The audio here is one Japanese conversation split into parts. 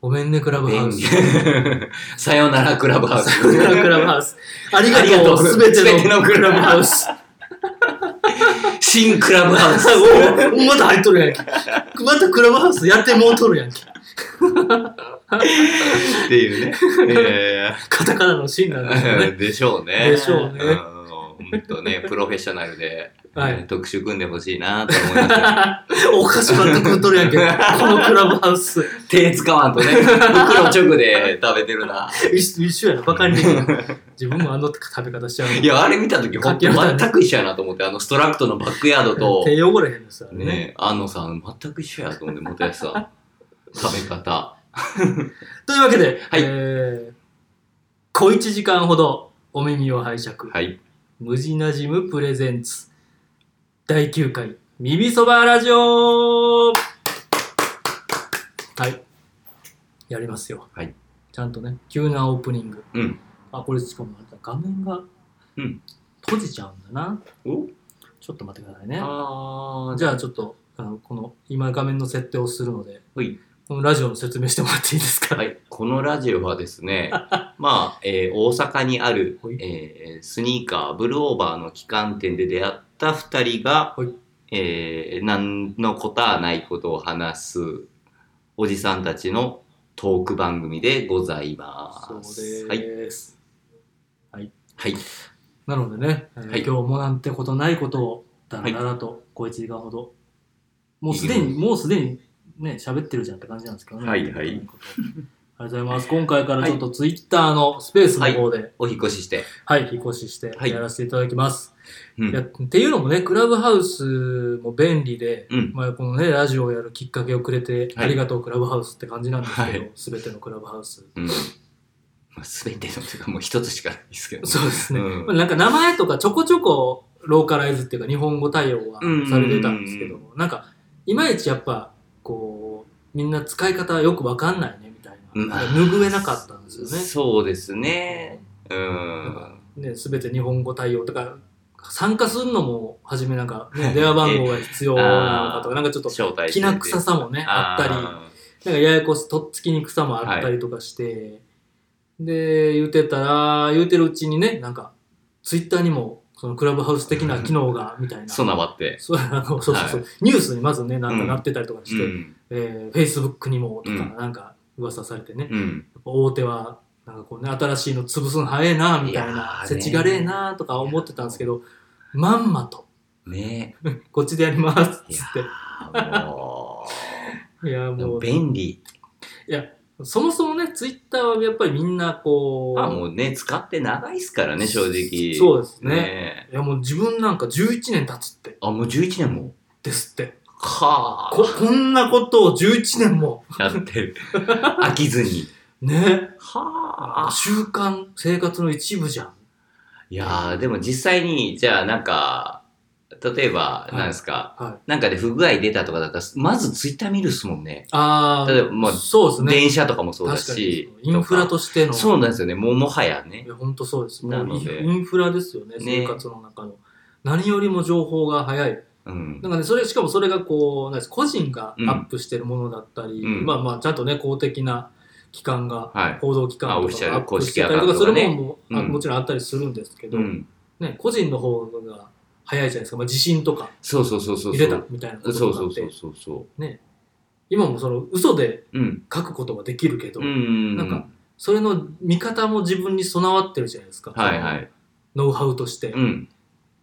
ごめんね、クラブハウス。 さよならクラブハウス。さよならクラブハウス。ありがありとがう、とうすべての全てのククラブラブハハウウス。 新クラブハウス。 おおまた入っとるやんけ。またクラブハウスやってもうとるやんけ。っていうね。えカタカナのシーンなんですよね。ー でしょうね。でしょうねんほんとね、プロフェッショナルで、はい。特集組んでほしいなと思いますよ。おかしばって食うとるやんけ。このクラブハウス。 手使わんとね、袋直で食べてるな。一緒一緒やな、バカにできる。自分もあの食べ方しちゃうの。いや、あれ見たとき、ほんと全く一緒やなと思って、あのストラクトのバックヤード と、手汚れへんですよね。ね、安野さん、全く一緒やと思って、元安さん。食べ方。というわけで、はいえー小1時間ほどお耳を拝借。はい。ムジナジムプレゼンツ第9回耳そばラジオはいやりますよ、はいちゃんとね急なオープニングうん。あこれしかもあれだ画面がうん閉じちゃうんだな、おちょっと待ってくださいねあじゃあちょっとあのこの今画面の設定をするのではいこのラジオの説明してもらっていいですか、はい、このラジオはで すね、まあ、えー大阪にあるはい、えースニーカー、ブルオーバーの旗艦店で出会った2人が、はいえー何のことはないことを話すおじさんたちのトーク番組でございそうま。ですす、はい、はい、なのでね、えーはい今日もなんてことないことをだらだらと小一時間ほど、もうすでにいいもうすでにね喋ってるじゃんって感じなんですけどね。はいはあいりがとうございます。今回からちょっとツイッターのスペースの方で、お引っ越しして。はい、引っ越ししてはいやらせていただきます、ういや。ん、っていうのもね、クラブハウスも便利で、うん、まあ、このね、ラジオをやるきっかけをくれて、はあいりがとうクラブハウスって感じなんですけはど、す、べ、てのクラブハウス。うん。まあ、全てのというか、もう一つしかないですけど。そうですね。うんまあなんか名前とかちょこちょこローカライズっていうか日本語対応はされてたんですけど、うんうんなんかいまいちやっぱこうみんな使い方よくわかんないねみたいな、うんなんか拭えなかったんですよね。そうですね。うん。ね全て日本語対応とか参加するのも初めなんか、 ね、い電話番号が必要なのかとかなんかちょっと招待きな臭さもねあったり。り。なんかややこしとっつきにくさもあったりとかして、で言うてたら言うてるうちにねなんかツイッターにもそのクラブハウス的な機能がみたいな備わって。そうあのそうそうそう、はニュースにまずねなんかうんなってたりとかしうて、ん。えー、Facebook にもとかうんなんか噂されてね、やっうん。ぱ大手はなんかこうね新しいの潰すの早えなみたいいやなーせねちがれえなとか思ってたんですけどまんまとねこっちでやりますっつっあもていやう、でももう便利。そもそもねツイッターはやっぱりみんなこうあもうね、使って長いっすからね、正直。そううですね。いやもう自分なんか11年経つって、あ、もう11年も。ですって。はこ、こんなことを11年も、あ。やってる。飽きずに。ね、はあ。習慣、生活の一部じゃん。いやー、でも実際に、じゃあなんか、例えは、ばいなんですか、はい。なんかで不具合出たとかだったら、まずツイッター見るっすもんね。あ例えばまああ、そうですね。電車とかもそうだ確かにし。。インフラとしての。そうなんですよね。もうもはやねい。や、本当そうです。なのでインフラですよね、生ね活の中の。何よりも情報が早い。うんな。んかね、それ、しかもそれがこう、なんです個人がアップしてるものだったり、うんまあまあ、ちゃんとね、公的な機関が、はい。報道機関あオとフィシかャルがアップしてたりとか、公式アカウンそトがねれももうあうんもちろんあったりするんですけど、うん。ね、個人の方が早いじゃないですか、まあ、地震とかそうそうそうそう。入れたみたいなこそうそとがあうそっうてそうそ今もその嘘でう。うん。書くことができるけど、うん。なんか、それの見方も自分に備わってるじゃないですか、はいはい。ノウハウとして、うん。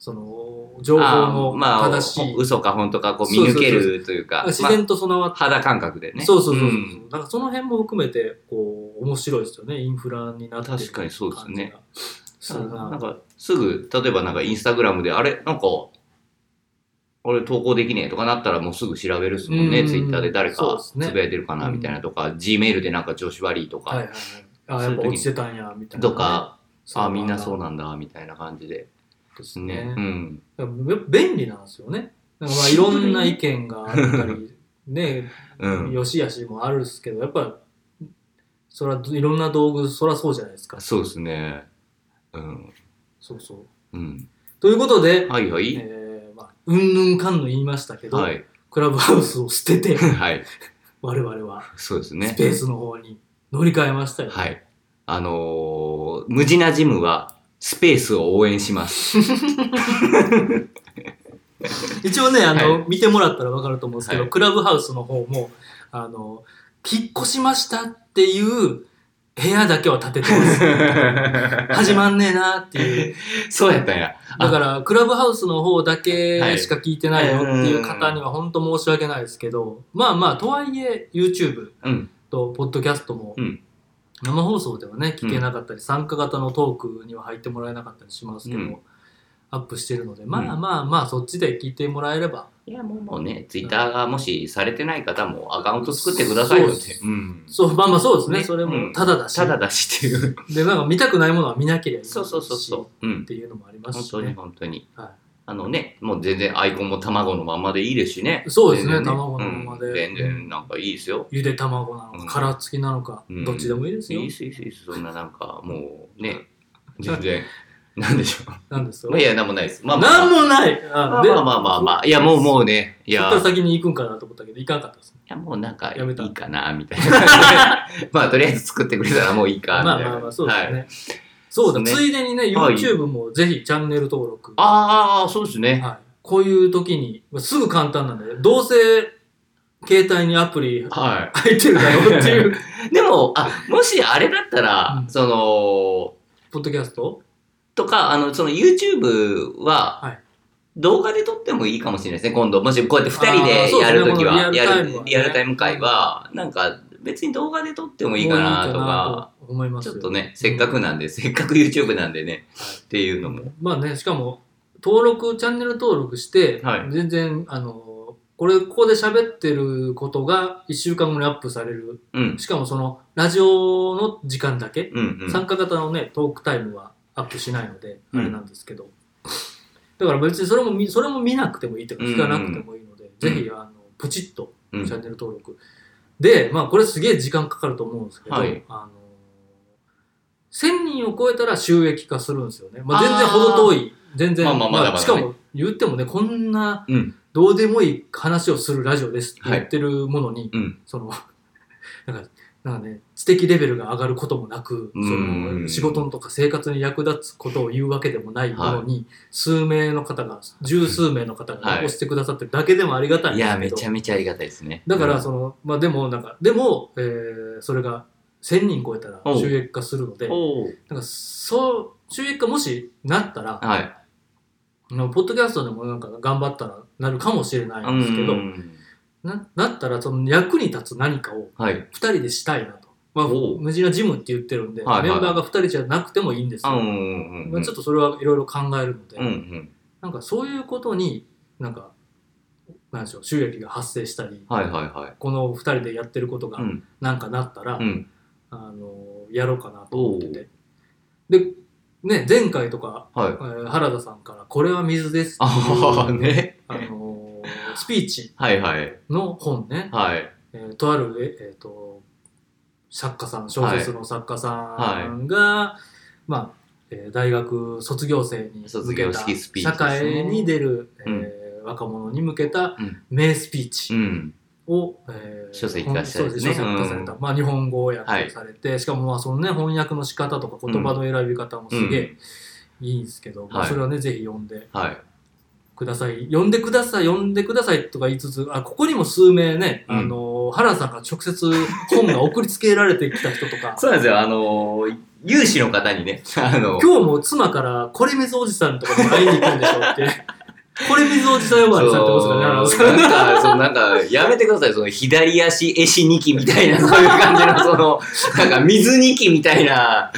その情報あーのまあ、正しい、嘘か本当かこう見抜そけうそうるというか、自まあ然と備わって、肌感覚でね。そうそうそうそう、んなんかその辺も含めてこう面白いですよねインフラになってる確かにそうです感じねがするななんか、すぐ、例えばなんかインスタグラムで、あれ、なんか、あれ投稿できねえとかなったらもうすぐ調べるっすもんうね。んツイッターで誰そうかですつねぶやいてるかなみたいなとか、Gmail でなんか調子悪いとはいはいか、はいあやっぱ落ちてたんやみたいなね、とか、そうあ、みんなそうなんだ、みたいな感じで。ですねね。うん。だから便利なんですよね。なんかまあいろんな意見があった り、ね、うん。よしやしもあるんですけど、やっぱ、そら、いろんな道具、そらそうじゃないですか。そうですね。うん。そうそう。うん。ということで、はいはえい。ーまあ、うんぬんかんぬん言いましたけど、はい。 クラブハウスを捨てて、はい。我々はそうですスね。ペースの方に乗り換えましたよ。はい。あのー無地なジムは、スペースを応援 します。一応ね、あはの、見てもらったらわかると思うんですけど、はいクラブハウスの方も、あの、引っ越しましたっていう部屋だけは建てて ます。始まんねえなっていう。そうやったんや。 あだから、クラブハウスの方だけしか聞いてないよっていう方には本当申し訳ないですけど、まあまあ、とはいえ、YouTube うん。と、ポッドキャストもうん、生放送ではね、聞けなかったり、参加型のトークには入ってもらえなかったりしますけど、うんアップしてるので、まあまあまあ、そっちで聞いてもらえれば、いや、もうもうね、ツイッターがもしされてない方もアカウント作ってくださいよっそうて。うん。そう、まあまあそうですね。ねそれうもんただだし、ただだしっていう。で、なんか見たくないものは見なければいいしそうそうそうそう。うんっ。ていうのもあります本し当にね。本当に。はあのね、もう全然アイコンも卵のままでいいですしね。そうですね全然卵のままでうん全然なんかいいですよ。ゆで卵なうのんか、殻付きなのか、うんどっちでもいいですいよい。ですいいですいいですそんななんかもうね、全然、なんでしょなんですう。よ。まあいや、なんもないです。まあまあ、なんもないまああでまあまあまあまあ、いや、もうもうね、いそっや、からい先に行くんかなと思ったけど、行かなかったですね。やもうなんかいやめたいかな、みたい な。まあ、とりあえず作ってくれたらもういいか、みまあたいな。まあまあ、そうですね。はい、そうだ、そうですつねいでにね、はい YouTube もぜひチャンネル登録。ああ、そうですね。はい。こういう時に、まあすぐ簡単なんで、どうせ、携帯にアプリはい。入ってるだろうっていう、でも、あ、もしあれだったら、うんその、ポッドキャストとか、あの、その YouTube は、はい動画で撮ってもいいかもしれないですね、今度。もしこうやって2人あーでそうですやねるときは、このリやアルタイムはるねリアルタイム会は、なんか別に動画で撮ってもいいかなもういいとか、かなと思いますちよょっとね、せっかくなんで、せっかく YouTube なんでね、っていうのも。まあね、しかも、登録、チャンネル登録して、はい全然、あの、これ、ここで喋ってることが1週間後にアップされる。うん。しかも、その、ラジオの時間だけ、うんうん。参加型のね、トークタイムはアップしないので、うんあれなんですけど。だから別にそれも見、それも見なくてもいいというか、うん聞かなくてもいいので、ぜひ、あの、プチッと、うチャンんネル登録。で、まあ、これすげえ時間かかると思うんですけど、はいあの、1000人を超えたら収益化するんですよね。まあ、全然あーほど遠い。全然。まあまあまだまだねしかも、言ってもね、こんなうん、どうでもいい話をするラジオですって言ってるものに、うんその、 なんか、なんかね、知的レベルが上がることもなく、そうんの仕事とか生活に役立つことを言うわけでもないものに、数名の方が、十数名の方がはい押してくださってるだけでもありがたいんいですけや、どめちゃめちゃありがたいですね。だかうんら、その、まあでも、なんか、でも、えーそれが1000人超えたらおう収益化するので、おーなんか、そう、収益化もしなったら、はい。あのポッドキャストでもなんか頑張ったらなるかもしれなういんですけど、ん。ななったら、その役に立つ何かをはい。 2人でしたいなと。まあ、おう無事なジムって言ってるんで、はいはいメンバーが2人じゃなくてもいいんですうよ。んうんうん。まあ、ちょっとそれはいろいろ考えるので、うんうん。なんかそういうことに、なんか、なんでしょう、収益が発生したり、はいはいはこの2人でやってることがい。うん。なんかなったら、うん。あのやろうかなと思ってて。で、ね、前回とか、はいえ。ー原田さんから、これは水ですってああ、いう、ね。あのースピーチはいはい。の本ね、はい。えーとある、ええーと、作家さん、小説の作家さんが、まあ、えー大学卒業生に卒向け業た、式スピーチ社です会ねに出る、えうんー若者に向けたうん名スピーチ。うん。を、えー書籍化した本やそうつねです書籍化された、うまあ、日本語を訳をされて、しかもまあその、ね、翻訳の仕方とか言葉の選び方もすげえいいんですけど、まあ、はいそれはねぜひ読んではい。ください読んでください読んでくださいとか言いつつあここにも数名ね、うんあの原さんが直接本が送りつけられてきた人とか そうなんですよ。あのー、有志の方にね、あの、今日も妻から「これ水おじさん」とかに会いに行くんでしょうって これ水おじさん呼ばわりされてますからね原田そうさんなんか、そうなんか、やめてください。その左足絵師日記みたいな、そういう感じの、その、なんか水日記みたいな、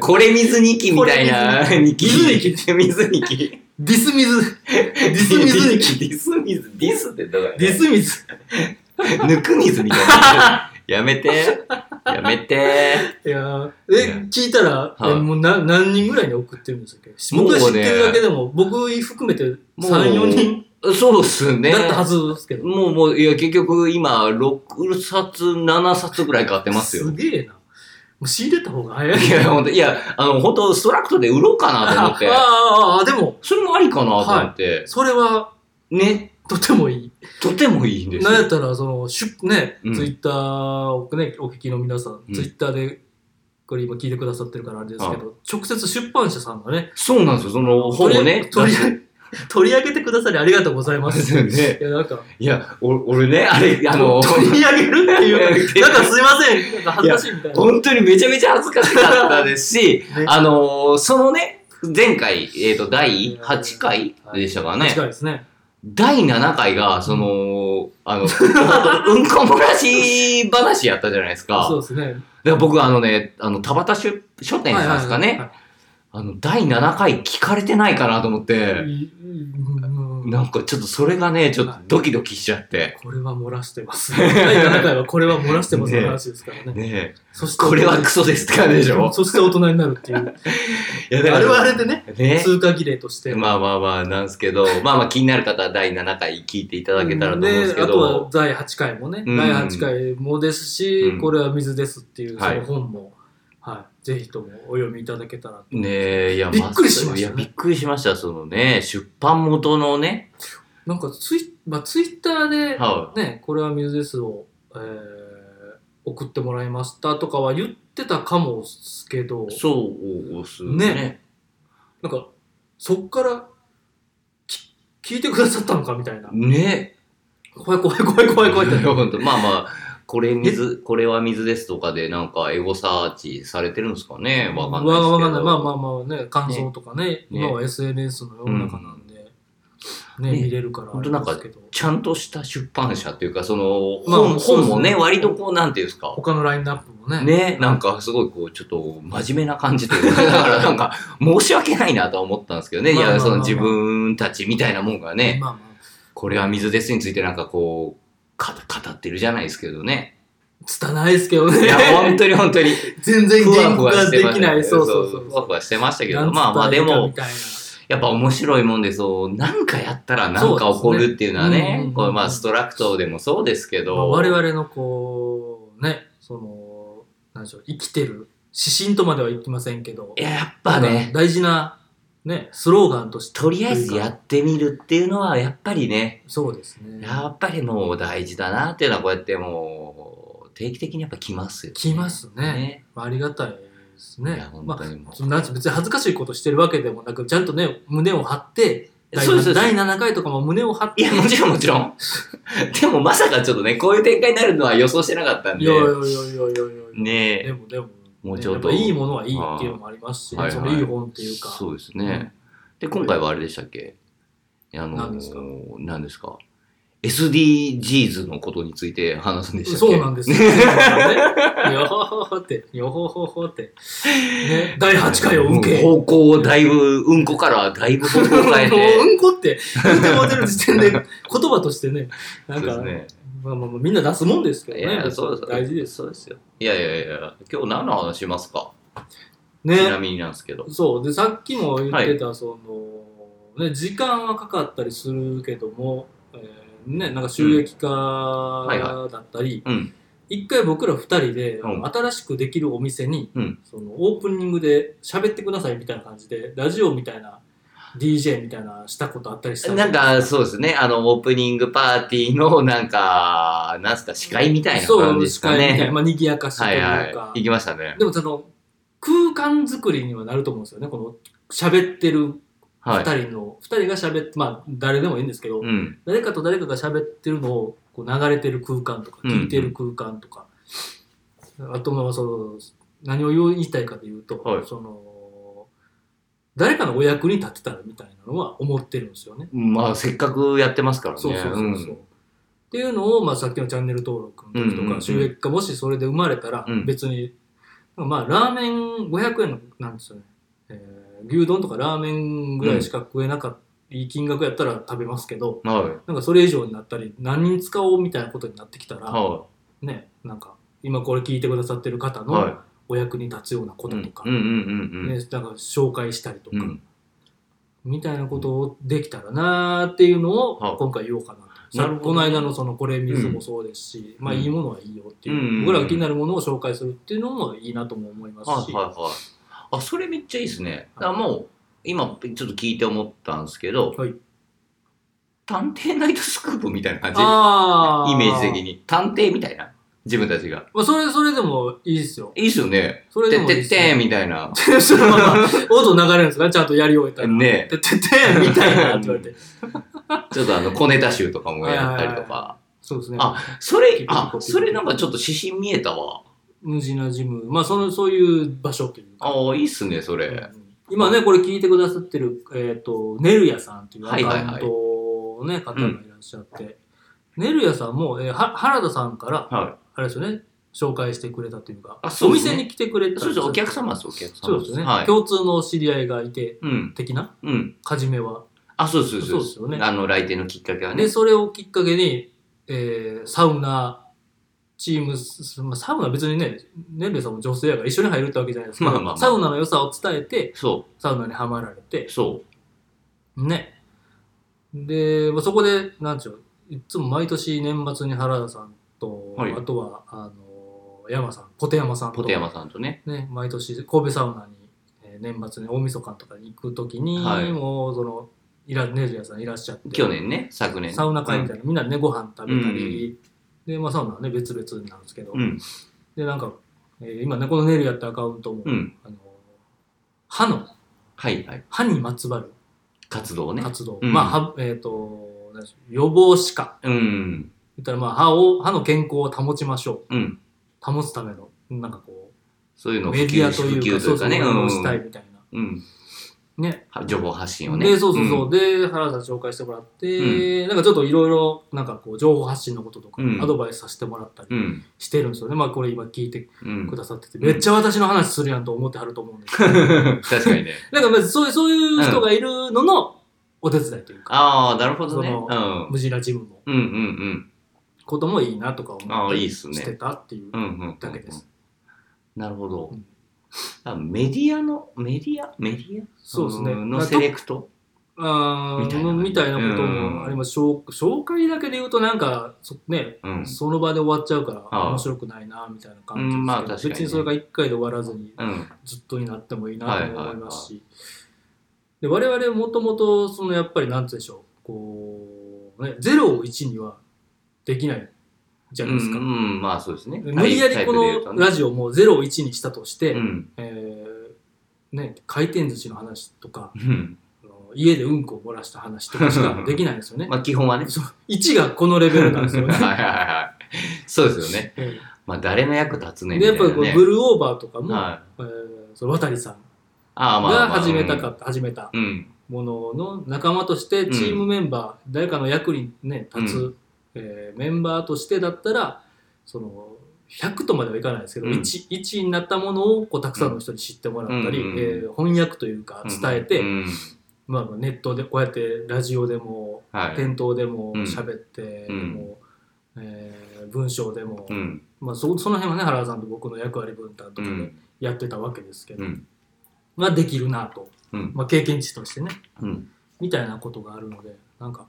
これ水日記みたいなこれ日記。水日記。水日記。ディス水ディス水 日記。ディス水、ディスってどうだディス水ぬく水みたいな。やめて。やめて。 いやーえ、いや聞いたら、はいえもうな何人ぐらいに送ってるんですかもう僕がね知ってるだけでも、僕含めて3、4人そうっすね。だったはずですけど。もうもう、いや、結局今、6冊、7冊ぐらい買ってますよ。げえな。もう仕入れた方が早い。い や、本当いや、あの、本当ストラクトで売ろうかなと 思あっあて。ああああ、でも、それもありかなと思って。それはね。とてもいい。とてもいいんですなんよやったら、その、しゅね、うんツイッターをね、お聞きの皆さん、うんツイッターで、これ今聞いてくださってるからあれですけど、直接出版社さんがね、そうなんですよ、その本をね。取り取り取り上げてくださりありがとうございます。そうねいや、なんか、いや、お俺ね、あれ、あ の、取り上げるっていう、 なんかすいません、なんか恥ずかしいみたいな。本当にめちゃめちゃ恥ずかしかったで すし、ねあのーそのね、前回、えっ、と、第8回でしたかね。近いですね。第7回が、その、あ の、うんこ漏らし話やったじゃないですか。そうですね。だから僕、あのね、あの、田端書書店さんですかはいね。はあの、第7回聞かれてないかなと思っいはいて、いいうんなんかちょっとそれがね、ちょっとドキドキしちゃって。これは漏らして ます。第7回はこれは漏らしてますのね話ですからね。ねえそしてこれはクソですって感じでし ょそして大人になるっていう。いやあれはあれでね、ね。通過儀礼として。まあまあまあ、なんですけど、まあまあ気になる方は第7回聞いていただけたらと思うんですけあとはど、第8回もね、うん第8回もですし、うんこれは水ですっていうそはいの本も、はいぜひともお読みいただけたら。ねえ、いや、びっくりしましたねいや、びっくりしました。そのね、出版元のね、なんかツイ,、まあ、ツイッターで、はね、これは水ですを、えー送ってもらいましたとかは言ってたかもですけどい、、そうすねなんかそっからき聞いてくださったのかみたいな。ね。怖い怖い怖い怖い怖いって。本当まあまあ、これ水、これは水ですとかでなんかエゴサーチされてるんですかねわかんないですけど。わわかんない。まあまあまあね、感想とかね、今はね SNS の世の中なんで、ね、ね見れるからあれですけど、ちゃんとした出版社というか、その、まあ本そうですね本もね、割とこう、なんていうんですか。他のラインナップもね、ね、なんかすごいこう、ちょっと真面目な感じというか、だ からなんか申し訳ないなとは思ったんですけどね、いまあまあや、まあそのまあ自分たちみたいなもんがね、まあまあ、これは水ですについてなんかこう、か語ってるじゃないですけ どね。つたないですけどいね、や、本当に本当に。 全然ふわ言ふ語わがしてでましきたなけい、どそうそうそふわう。ふわしてましたけなんど、つったまあまあでらいいかみも、たいなやっぱ面白いもんで、そう、なんかやったらなんか起こるっていうのそはうですねうんうんねう、んこれまあストラクトでもそうですけまあど、我々のこう、ね、その、なんでしょう、生きてる、指針とまではいきませんけど、いややっぱね、大事な、ね、スローガンとして、とりあえずやってみるっていうのはやっぱりね、そうですね。やっぱりもう大事だなっていうのはこうやってもう定期的にやっぱ来ますよ、ね。来ますねね。まあ、ありがたいですいやね。本ま当にもうあ、そのなんつう別に恥ずかしいことしてるわけでもなく、ちゃんとね、胸を張って、第そうですそうで第す7回とかも胸を張って、いや、もちろんもちろ ん。でもまさかちょっとね、こういう展開になるのは予想してなかったんいでやいやい、やいやいやいやねでもでも、もうちょっとねやぱいいものはいいっていうのもありますし、はいはいそのいい本っていうか、そうですね。で、今回はあれでしたっけあのー、何ですか何ですか ?SDGs のことについて話すんでしたっそけうなんですよ。ね、よほほほって、よほほほって、ね、第8回を受け。方向をだいぶ、うんこからだいぶ方向を変えも ううて。んこって言ってもうてる時点で言葉としてねなんかそうですね。まあまあまあみんな出すもんですけどいねや、そうです大事ですそうですよ。いやいやいや、今日何の話しますか、ねちなみになんですけど。そうでさっきも言ってた、そのね、時間はかかったりするけども、えーね、なんか収益い化はだったり、うん。一回僕ら二人で、うん新しくできるお店に、うんそのオープニングで喋ってくださいみたいな感じでラジオみたいな DJ みたいなしたことあったりしたなんか、そうですね。あの、オープニングパーティーの、なんか、なんすか、司会みたいなそう感じです司か会みたいな、ね。まあ、賑やかしとはいいうか、はい。行きましたね。でもその空間作りにはなると思うんですよねこの喋ってるはい。二人の、二人が喋ってまあ誰でもいいんですけど、うん。誰かと誰かが喋ってるのをこう流れてる空間とかうん聞いてる空間とか、あとまあその何を言いたいかというと、はいその誰かのお役に立てたらみたいなのは思ってるんですよね。まあ、せっかくやってますからね。そうそうそうそう、んっていうのを、まあ、さっきのチャンネル登録の時とうんうんうかん収益化もしそれで生まれたらうん別に、まあラーメン500円のなんですよね、えー牛丼とかラーメンぐらいしか食えなかった、いい金額やったら食べますけど、はい。なんかそれ以上になったり何人使おうみたいなことになってきたら、はねなんか今これ聞いてくださってる方い。はいの。お役に立つようなこととか、うんうんうんうんね、なんか紹介したりとか、うん。みたいなことをできたらなーっていうのはをい今回言おうかなと、なるほどこの間のその「これ水」もそうですし、んまあいいものはいいよっていう、うん僕らが気になるものを紹介するっていうのもいいなとも思いますはいし、はいはい。あ、それめっちゃいいですね。だからもう、今、ちょっと聞いて思ったんですけど、はい田探偵ナイトスクープみたいな感じああ。イメージ的。に。探偵みたいな。自分たちが。まあ、それ、それでもいいですよ。いいっすよね。それでてっもいいてっっすてよーみたいな。 そのまま、音流れるんですかちゃんとやり終えたら。ねてててんみたいなって言われて。ちょっとあの、小ネタ集とかもやったりとはいはいか。そうですね。あそれピ、コピコあ、それなんかちょっと指針見えたわ。無地なジム。まあ、その、そういう場所というか。ああ、いいっすね、それ。うん今ね、これ聞いてくださってる、えっ、と、ねるやさんというアカはいはいはいウントのね、方がいらっしゃって、ねるやさんも、えーは原田さんから、はい。あれですよね、紹介してくれたというか、あそうですねお店に来てくれたそうそう、お客様です、お客様。そうですよね、はい。共通の知り合いがいて、うん、的な、うん。かじめは。あ、そうそうそう。そうですよねあの、来店のきっかけはねで、。それをきっかけに、えーサウナ、チームス、まあ、サウナは別にね、ねるやさんも女性やから一緒に入るってわけじゃないですけど、まあまあまあサウナの良さを伝えて、そサウナにはまられてう、、そね。で、まあ、そこで、なんちゅう、いつも毎年年末に原田さんと、はいあとは、あの、山さん、ポテ山さんう。と、ポテヤマさんとね。ね、毎年神戸サウナに、えー年末に大晦日とかに行くときに、はいもう、その、いら、ネズヤさんいらっしゃって、去年ね、昨年。サウナ会みたいな、みんなでね、ご飯食べたり、で、まあ、サウナはね、別々なんですけど、うん。で、なんか、えー今ね、このネルやったアカウントも、うん。あの、歯の、はいはい。歯にまつわる活動ね。活動、うんまあはえっ、となんでしょう予防歯科うん。言ったらまあ歯を歯の健康を保ちましょううん。保つためのなんかこそういううのを普メディ及アと普いうか及というかね。そうそううんしたいみたいなうん。ねは情報発信をね。でそうそうそう、ん。で原田さん紹介してもらって、なんかちょっといろいろなんかこう情報発信のこととか、うんアドバイスさせてもらったうりん。してるんですよね、まあこれ今聞いてうんくださってて、んめっちゃ私の話するやんと思ってはると思うんですけど 確かにね。なんかまずそういうそういう人がいるののお手伝いというか、ああ、なるほどね。うそん。のうんムジラジムのうんうん。こともいいなとか思あっあ、ていいっすね。してたっていううんうん。だけです。。なるほどうん。あメディアの、メディアメディアそうですね。んのセレクトあーみたいなみたいなこともあります。紹紹介だけで言うとなんか、そね、うん。その場で終わっちゃうからああ面白くないなみたいな感じですけど、うんまあ確かにね別にそれが1回で終わらずにうん。ずっとになってもいいなとも思いますし、で我々もともとそのやっぱりなんつうんでしょうこう、ね、0を1にはできないじゃないですか。うんうん、まあそうですね。無理やりこのラジジオも0を1にしたとして、うん。えーね、回転寿司の話とか、うんあの家でうんこを漏らした話とかしかできないんですよね。 まあ基本はね。 1がこのレベルなんですよね。 はいはいはい。そうですよね。えまあ誰の役立つえねみでたやいっぱなりこうね。ブルーオーバーとかも、はい。えーその渡さんああ、まあまがあ。始めたかった、始めたうん。ものの仲間としてチームメンバー、誰かの役に、ね、立つ、うえーメンバーとしてだったらその100とまではいかないですけど、うん一一 1, になったものをこうたくさんの人に知ってもらったり、うんうんえー翻訳というかう伝んえて、うんまあ、ネットでこうやってラジオでもはい。店頭でもうん喋って、うんもうえー文章でも、うん。まあ、そその辺はね原田さんと僕の役割分担とうかでん。やってたわけですけど、うん。まあ、できるなと、うん。まあ、経験値としてねうん。みたいなことがあるのでなんか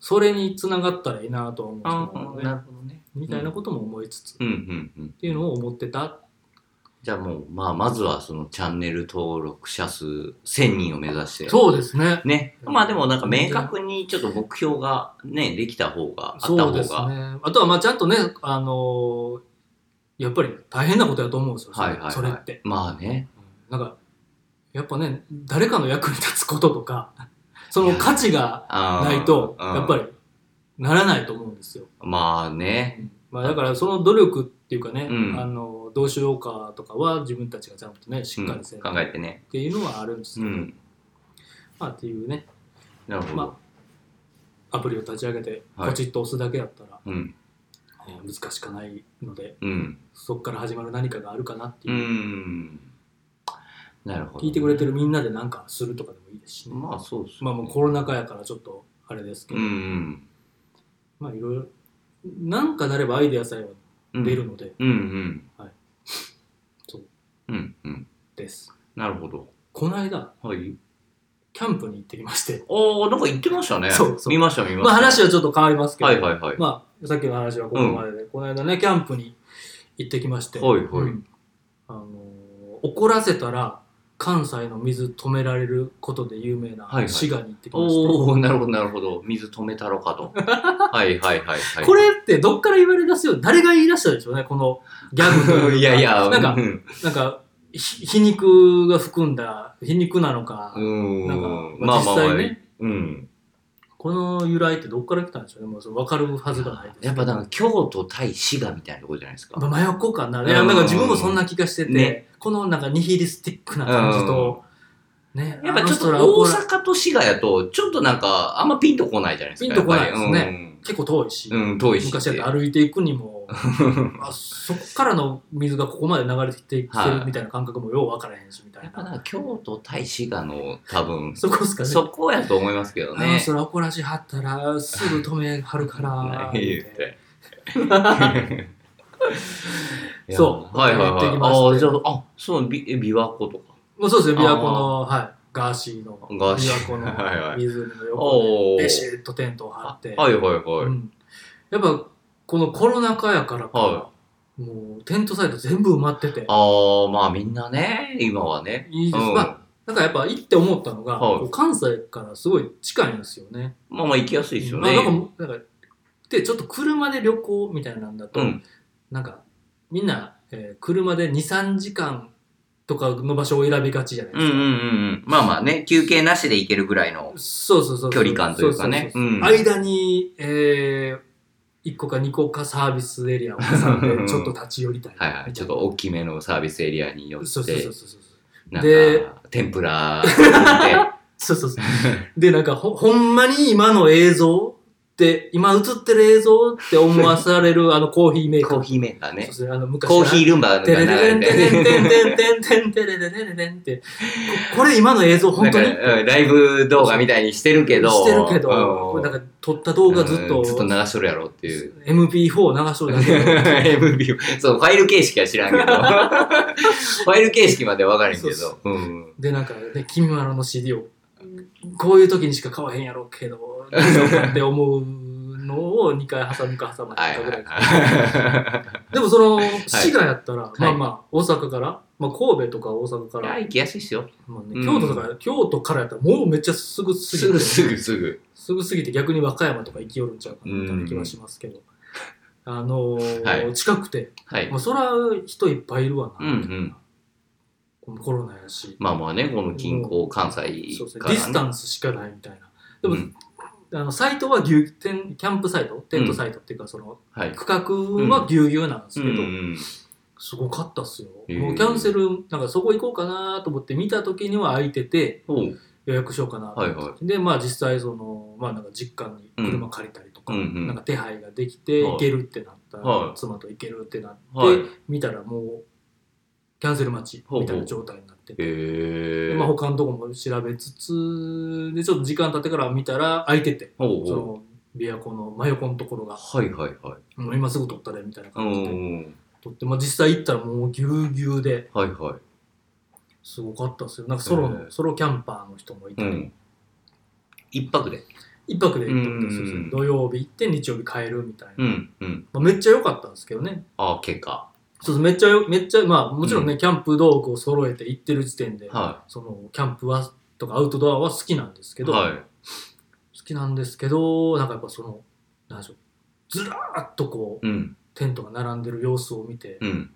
それにつながったらいいなとは思うんですけど、ね、ほどね。みたいなことも思いつつ、っうんうんうん。ていうのを思ってたじゃあもう、まあまずはそのチャンネル登録者数1000人を目指して。そうですねね。まあでもなんか明確にちょっと目標がね、できた方が、あった方そうですねが。あとはまあちゃんとねあのーやっぱり大変なことだと思うんですよ、それはいはいはい。それって。まあね。なんか、やっぱね、誰かの役に立つこととか、 その価値があーないと、うんやっぱり、ならないと思うんですよ。まあね。まあ、だから、その努力っていうかね、うんあの、どうしようかとかは自分たちがちゃんとね、しっかりせうるん考えてね。っていうのはあるんですうけど、ん。まあっていうね、なるほど。まアプリを立ち上げて、はいポチッと押すだけだったら、うん。えー難しくないので、うん。そこから始まる何かがあるかなってういう、ん。なるほど。聞いてくれてるみんなで何かするとかでもいいですしね。まあそうっすまね。あもうコロナ禍やからちょっと、あれですけうど、んまあいろいろ、なんかなればアイデアさえはうん。出るので、うんうん。はい。そう。うんうん。です。なるほど。この間、はい。キャンプに行ってきまして、ああ、なんか言ってましたね。そうそう見ました見ました。まあ話はちょっと変わりますけど、はいはいはい。まあさっきの話はここまでで、この間ね、キャンプに行ってきまして、はいはいうんあのー怒らせたら、関西の水止められることで有名なはいはい滋賀に行ってきまして、おおなるほどなるほど水止めたろ かとはいはいはいはいこれってどっから言われ出すよ誰が言い出したでしょうねこのギャグというか いやいやなんかうんなんかひ皮肉が含んだ皮肉なのか、うんなんかまあまあま実あ際ねうんこの由来ってどっから来たんでしょうねもうそれ分かるはずがないですやっぱなんか京都対滋賀みたいなとこじゃないですかまあ、真横かな。うんいや、なんか自分もそんな気がしてて、ねこのなんかニヒリスティックな感じと、ね、やっぱちょっとあの人ら怒大ら阪と滋賀やと、ちょっとなんか、あんまピンとこないじゃないですピか。ンとこないですねやっぱり。うん結構遠いし、うん、遠いし。昔だって歩いていくにも、あそこからの水がここまで流れてきてきてるみたいな感覚もよう分からへんし、みたいやっぱな。なんか京都対滋賀の多分、そこですかね。そこやと思いますけどあのね。人ら怒らしはったら、すぐ止めはるから。言って。い やそうはいはいはいやって。きましてああ、じゃあ、あ、そう、びえ琵琶湖とか。もうそうですね、琵琶湖の、はい、ガーシーの、ガーシー琵琶湖はいはのい湖の横おお。で、ベシッとテントを張って。はいはいはうい。ん、やっぱこのコロナ禍やからか、はもうテントサイト全部埋まっててああ、まあみんなね、今はね。いいです、うんまあなんかやっぱ行って思ったのが、はいこう関西からすごい近いんですよね。まあまあ行きやすいですよね。まあなんかなんかでちょっと車で旅行みたいなんだと、うん。なんかみんな、えー車で23時間とかの場所を選びがちじゃないでうんうすんか。うんうん。まあまあね、休憩なしで行けるぐらいの。そうそうそうそう距離感というかねそうそうそううん間に、え1個か2個かサービスエリアを挟ん でちょっと立ち寄りたいはいはい。ちょっと大きめのサービスエリアによって、そうそうそうそうそうなんでか、天ぷらで、そうそうそう。で、なんかほ、ほんまに今の映像って、今映ってる映像って思わされるあのコーヒーメーカー。コーヒーメーカーそうねで。すね、あの昔コーヒーー。ルンバーテがレレレン流れテて。レンテンテンテンテンテレレレレレンって。ここれ今の映像本当になんかうんライブ動画みたいにしてるけど、してるけど、うんこれなんか撮った動画ずっうとんずっと流しとるやろっていう。 MP4 流しとるだけど MV そう、ファイル形式は知らんけど。ファイル形式まではわからんけそど。うんで、なんか、ね、君まろの CD を、こういう時にしか買わへんやろうけど、どうしようかって思うのを2回挟むか挟まはないいかはぐらいいは でもその、滋賀やったら、まあまあ、大阪から、まあ神戸とか大阪かい。いら、や、行きやすいっすよ。まあうね、ん京都とか、京都からやったらもうめっちゃすぐ過ぎて、すぐすぐすぐ。すぐ過ぎて逆に和歌山とか行きよるんちゃうかなみたいな気はしますけど、あのーはい近くて、はいまあ。そら人いっぱいいるわな、うんうんこのコロナやし、まあまあね、この近郊関西そうですねかディらスね。タンスしかないみたいな。でも、うんあのサイトはぎゅうテンキャンプサイトテントサイトっていうかそのはい。区画はぎゅうぎゅうなんですけど、うんすごかったっすよ。へえもうキャンセル、なんかそこ行こうかなと思って見た時には空いてておう予約しようかなとは思っいて、はで、まあ実際その、まあなんか実家に車借りたりとか、うんうんうんなんか手配ができてはい行けるってなったら、はい妻と行けるってなって、い。はい。見たらもうキャンセル待ちみたいな状態になってて。へでえ。まあ、他のとこも調べつつでちょっと時間経ってから見たら空いててほうそほの琵琶湖の真横のところがう。はいはいはい。もう今すぐ撮ったでみたいなう感じでん。撮って、まあ、実際行ったらもうぎゅうぎゅうではいはい。すごかったですよ。なんかソロの、へえソロキャンパーの人もいたうり、ん。一泊で。一泊で行ったみたいですようんうんうん土曜日行って日曜日帰るみたいな。うんうん。まあ、めっちゃ良かったんですけどね。ああ、結果。そうそうめっちゃよ、めっちゃ、まあもちろんね、うキャンプ道具を揃えて行ってる時点で、はそのキャンプは、とかアウトドアは好きなんですけい。ど、は好きなんですけど、なんかやっぱその、なんでしょう、ずらーっとこう、い。うん。テントが並んでる様子を見て、うん。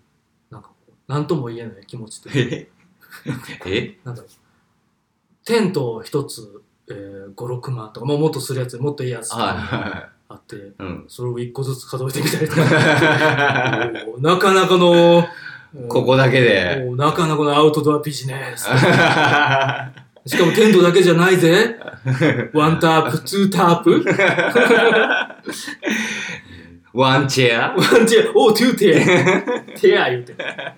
なんかこう、なんとも言えない気持ちで、え えなんだろうテント一つ、えー、56万とか、まあ、もっとするやつもっといいやつとかはあってい。 うん。それを一個ずつ数えてみたりとか おーなかなかのここだけ で。おーなかなかのアウトドアビジネスはしかもテントだけじゃない ぜワンタープツータープワンチェアワンチェアおートゥーテアテア言うて ねえ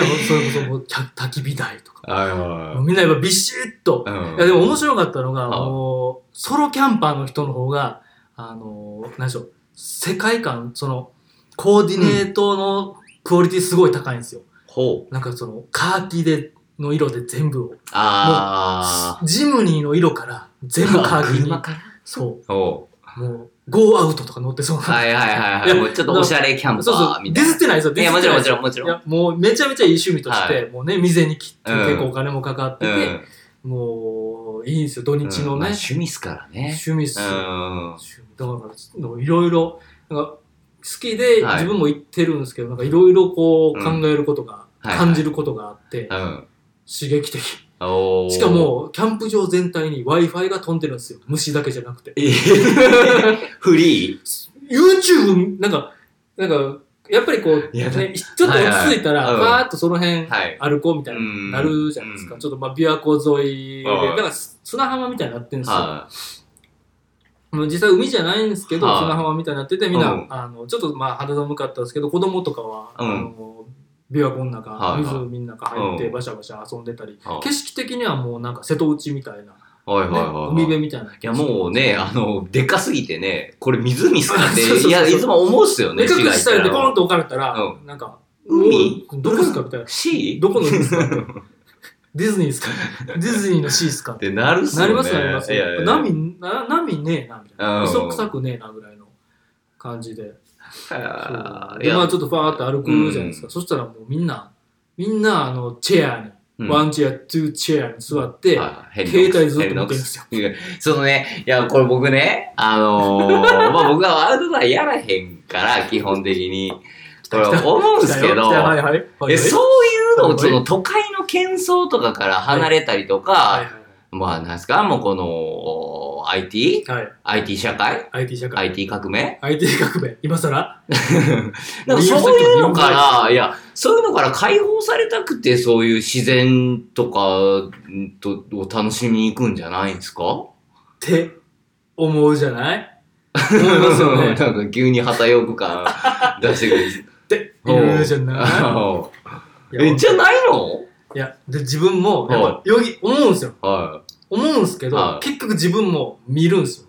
それこそもう焚焚き火台とかはいはみんなやっぱビシッといはい。いやでも面白かったのが、はいもう、ソロキャンパーの人の方が、あのー、何でしょう、世界観、その、コーディネートのクオリティすごい高いんですよ。ほう。なんかその、カーキで、の色で全部を。ああ。ジムニーの色から全部カーキに車。からそほう。もう、ゴーアウトとか乗ってそうな。はいはいはいはいいやもうちょっとおしゃれキャンパそうそーう。みデたいなィスってないですよ、デいィスっやもてちなろんいもでちすよろんもちろん、いや、もうめちゃめちゃいい趣味として、はもうね、未然に切って、うん結構お金もかかってうて、んもういいんですよ、土日うのんまあね、趣味っすからね趣味っすうよ。んだからいろいろなんか好きではい自分も言ってるんですけど、なんかいろいろこう考うんえることが、はい感じることがあって、うん刺激的おーしかもキャンプ場全体に w i f i が飛んでるんですよ虫だけじゃなくて えへへへフリ YouTube なんかなんかやっぱりこう、いやね、だちょっと落ち着いたらはいはいうんわーっとその辺ーはい歩こうみたいなうんなるじゃないですか、うんちょっとまあ琵琶湖沿いではいなんか砂浜みたいになってるんですよ、はもう実際海じゃないんですけど、はい砂浜みたいになっててみんな、うんあのちょっとまあ肌寒かったんですけど子供とかは、うんあの琵琶湖の中、はいはい湖の中入ってうんバシャバシャ遊んでたり、いはい景色的にはもうなんか瀬戸内みたいな、はいねはいはい海辺みたいないやもうね、あの、でかすぎてね、これ湖っすかっ そうそうそうそて、ういや、いつも思うっすよ目ね、隠しされて市街コーンと置かれたら、うなんか海もうどこですかみたいなシーどこの海ですか ディズニーですかディズニーのシーですかってなるっすなよね。りますなりますいやいや波な波ねえなみたいなうん磯臭くねえなぐらいの感じであーいでやまあちょっとファーって歩くじゃないですか、うそしたらもうみんなみんなあのチェアに、うんワンチェアツーチェアに座って、はいはい携帯ずっ変とな見てる音でんですすよいやそのね、いや、これ僕ね、あのーまあ僕はワールドドアやらへんから、基本的に。これ思うんですけ来たよど来、たよはいはいはいえそういうのはを、いその都会の喧騒とかから離れたりはといか、はまあなんですか、もうこの、IT?IT いはいはい IT 社会 IT 社会 IT 革命 IT 革命今更なんかそういうのから、いや、そういうのから解放されたくて、そういう自然とかんとを楽しみに行くんじゃないんですか思って思うじゃない思いますよ ねなんか急に旗よく 感出してくる。って言うじゃな おういいやえ、じゃないのいやで自分もやっはぱよぎ思うんですよは思うんですけど、はい結局自分も見るんですよ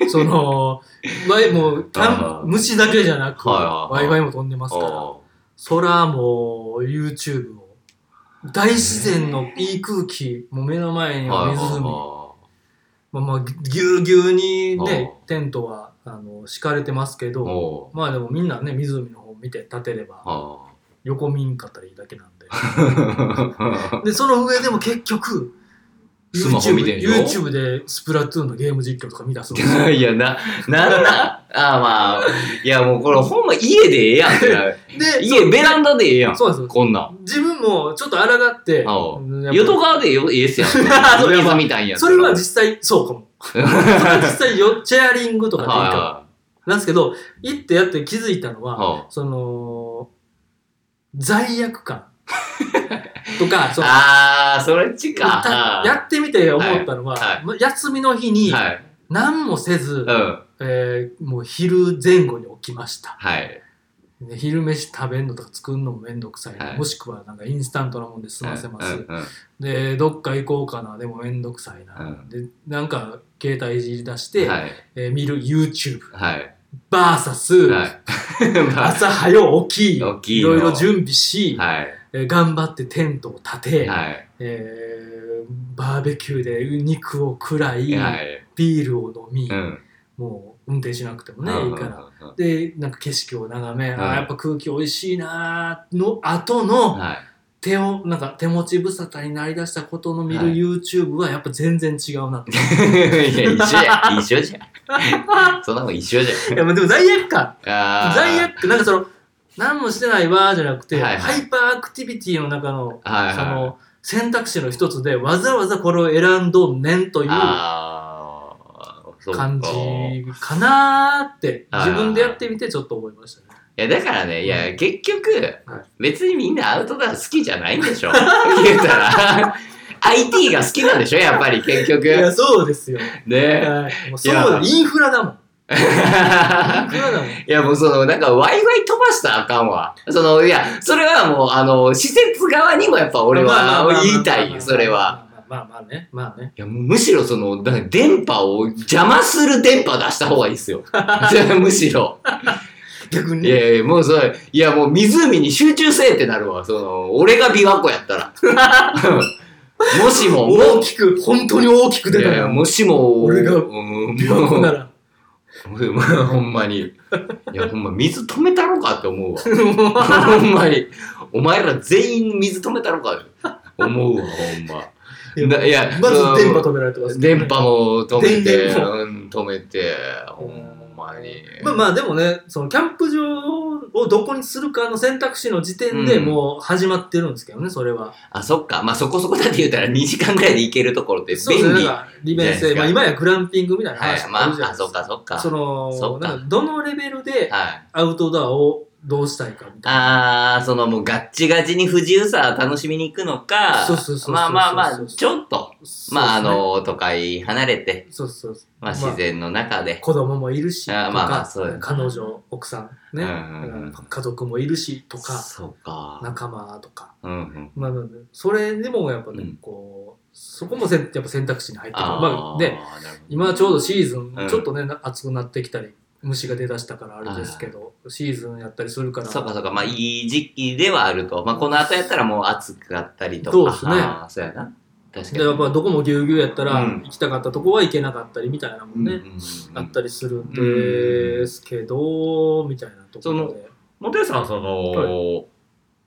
ね。 その、ワイもう、キャあンー虫だけじゃなく、はいはいはい Wi-Fi も飛んでますから、おそらもう、YouTube を、大自然のいい空気、もう目の前うにはいははい湖、はまあまあ、ぎゅうぎゅうにねあ、テントは、あの、敷かれてますけいど、おうまあでもみんなね、湖の方見て立てれば、は横見んかったらいいだけなんで。あで、その上でも結局、スマホ見てん YouTube, でしょ YouTube でスプラトゥーンのゲーム実況とか見たそうです。 いや、な、なんな、ああまあ、いやもうこれほんま家でええやんってなる。で、家、ベランダでええやん。そうなんですよ。こんなん。自分もちょっと抗って、ああうんやっぱ淀川でよ、イエスや ん。それは水みたいんやったそられ は実際、そうかも。それは実際よ、チェアリングとかでいいかも。はなんですけど、行ってやって気づいたのいは、はいその、罪悪感と か、そのあー、それっちか。たあーやってみて思ったのは、はいはま休みの日にはい。何もせず、うん。えーもう昼前後に起きました。はい。ね昼飯食べんのとか作るのもめんどくさいな、はいもしくはなんかインスタントなもんで済ませます、うんうんでどっか行こうかなでもめんどくさいな、うんでなんか携帯いじり出しうて、んはい。えー見る YouTubeVS、はい。は VS い。まあ朝早起き大きいいのろいろ準備し、はい。えー頑張ってテントを立て、はい。えーバーベキューで肉を食らい、はい。ビールを飲み、ん。もう運転しなくてもね、うんいいから。。うんでなんか景色を眺め、んあーやっぱ空気おいしいなーの後のはい。手をなんか手持ち無沙汰になりだしたことの見はるい YouTube はやっぱ全然違うなって、い や、一緒や。一緒じゃん。そんなもん一緒じ い、やまあでも罪悪感ゃん。あー罪悪感なんかその何もしてないわーじゃなくて、はいはいハイパーアクティビティの中のはいはい。その選択肢の一つでわざわざこれを選んどんねんというあーそうか感じかなーってあー自分でやってみてちょっと思いましたね。いや、だからね、いや、結局はい、別にみんなアウトドア好きじゃないんでしょ 言うた ら。IT が好きなんでしょやっぱり結いや局。そうですよ。ね。はい、もういやそうインフラだもん。インフラだもん。いや、もうその、なんか Wi-Fi 飛ばしたらあかんわ。その、いや、それはもう、あの、施設側にもやっぱ俺は言いたいよ、それは。。まあまあね、まあね。いや、もうむしろその、だから電波を邪魔する電波出した方がいい ですよ。むしろ。逆にいやいや、もうそれ、いやもう湖に集中せえってなるわ。その、俺が琵琶湖やった ら。もしも、も大きく、本当に大きくう、い出たやいやよ。もしも、俺がうん琵琶湖なら。 ほんまに。いや、ほんま、水止めたろかって思う わ。ほんまに。お前ら全員水止めたろかって思うわ、ほんま。ないやまずうん電波止められてます、電波も止めて、電源うん止めて、ほんまに。まあまあでもね、そのキャンプ場をどこにするかの選択肢の時点でうんもう始まってるんですけどね、それは。あ、そっか。まあ、そこそこだって言ったら2時間ぐらいで行けるところってそうで便すね、利。なんはか利便じゃないです性、かまあ今やグランピングみたいな話い。もまあるじゃあ、ないあ、ですそっか。か、そっか。そその、うかなんかどのレベルではい。アウトドアをどうしたいかみたいな。あー、そのもうガッチガチに不自由さ楽しみに行くのか、そうそうそうそうまあまあまそうあ、そうちょっと、まああ、の、都会離れて、そうそうそう。ままああ自然の中で、子供もいるし、とあーまあまあかそうだね、彼女、奥さん、ね、うんうんうん家族もいるし、とか、そうか。仲間とか。うんうん。まあ、まあまあそれでもやっぱね、うんこう、そこもせんやっぱ選択肢に入ってくる。あーまあ、で、、なるほど今ちょうどシーズン、うんちょっとねな暑くなってきたり虫が出だしたからあれですけどシーズンやったりするからそうかそうか、まあいい時期ではあると。まあこの後やったらもう暑かったりとか。そうですねあーそうやな。確かでに。やっぱどこもぎゅうぎゅうやったら、うん行きたかったとこは行けなかったりみたいなもんね、うんうんうんあったりするんですけど、みたいなところでモテさん、その、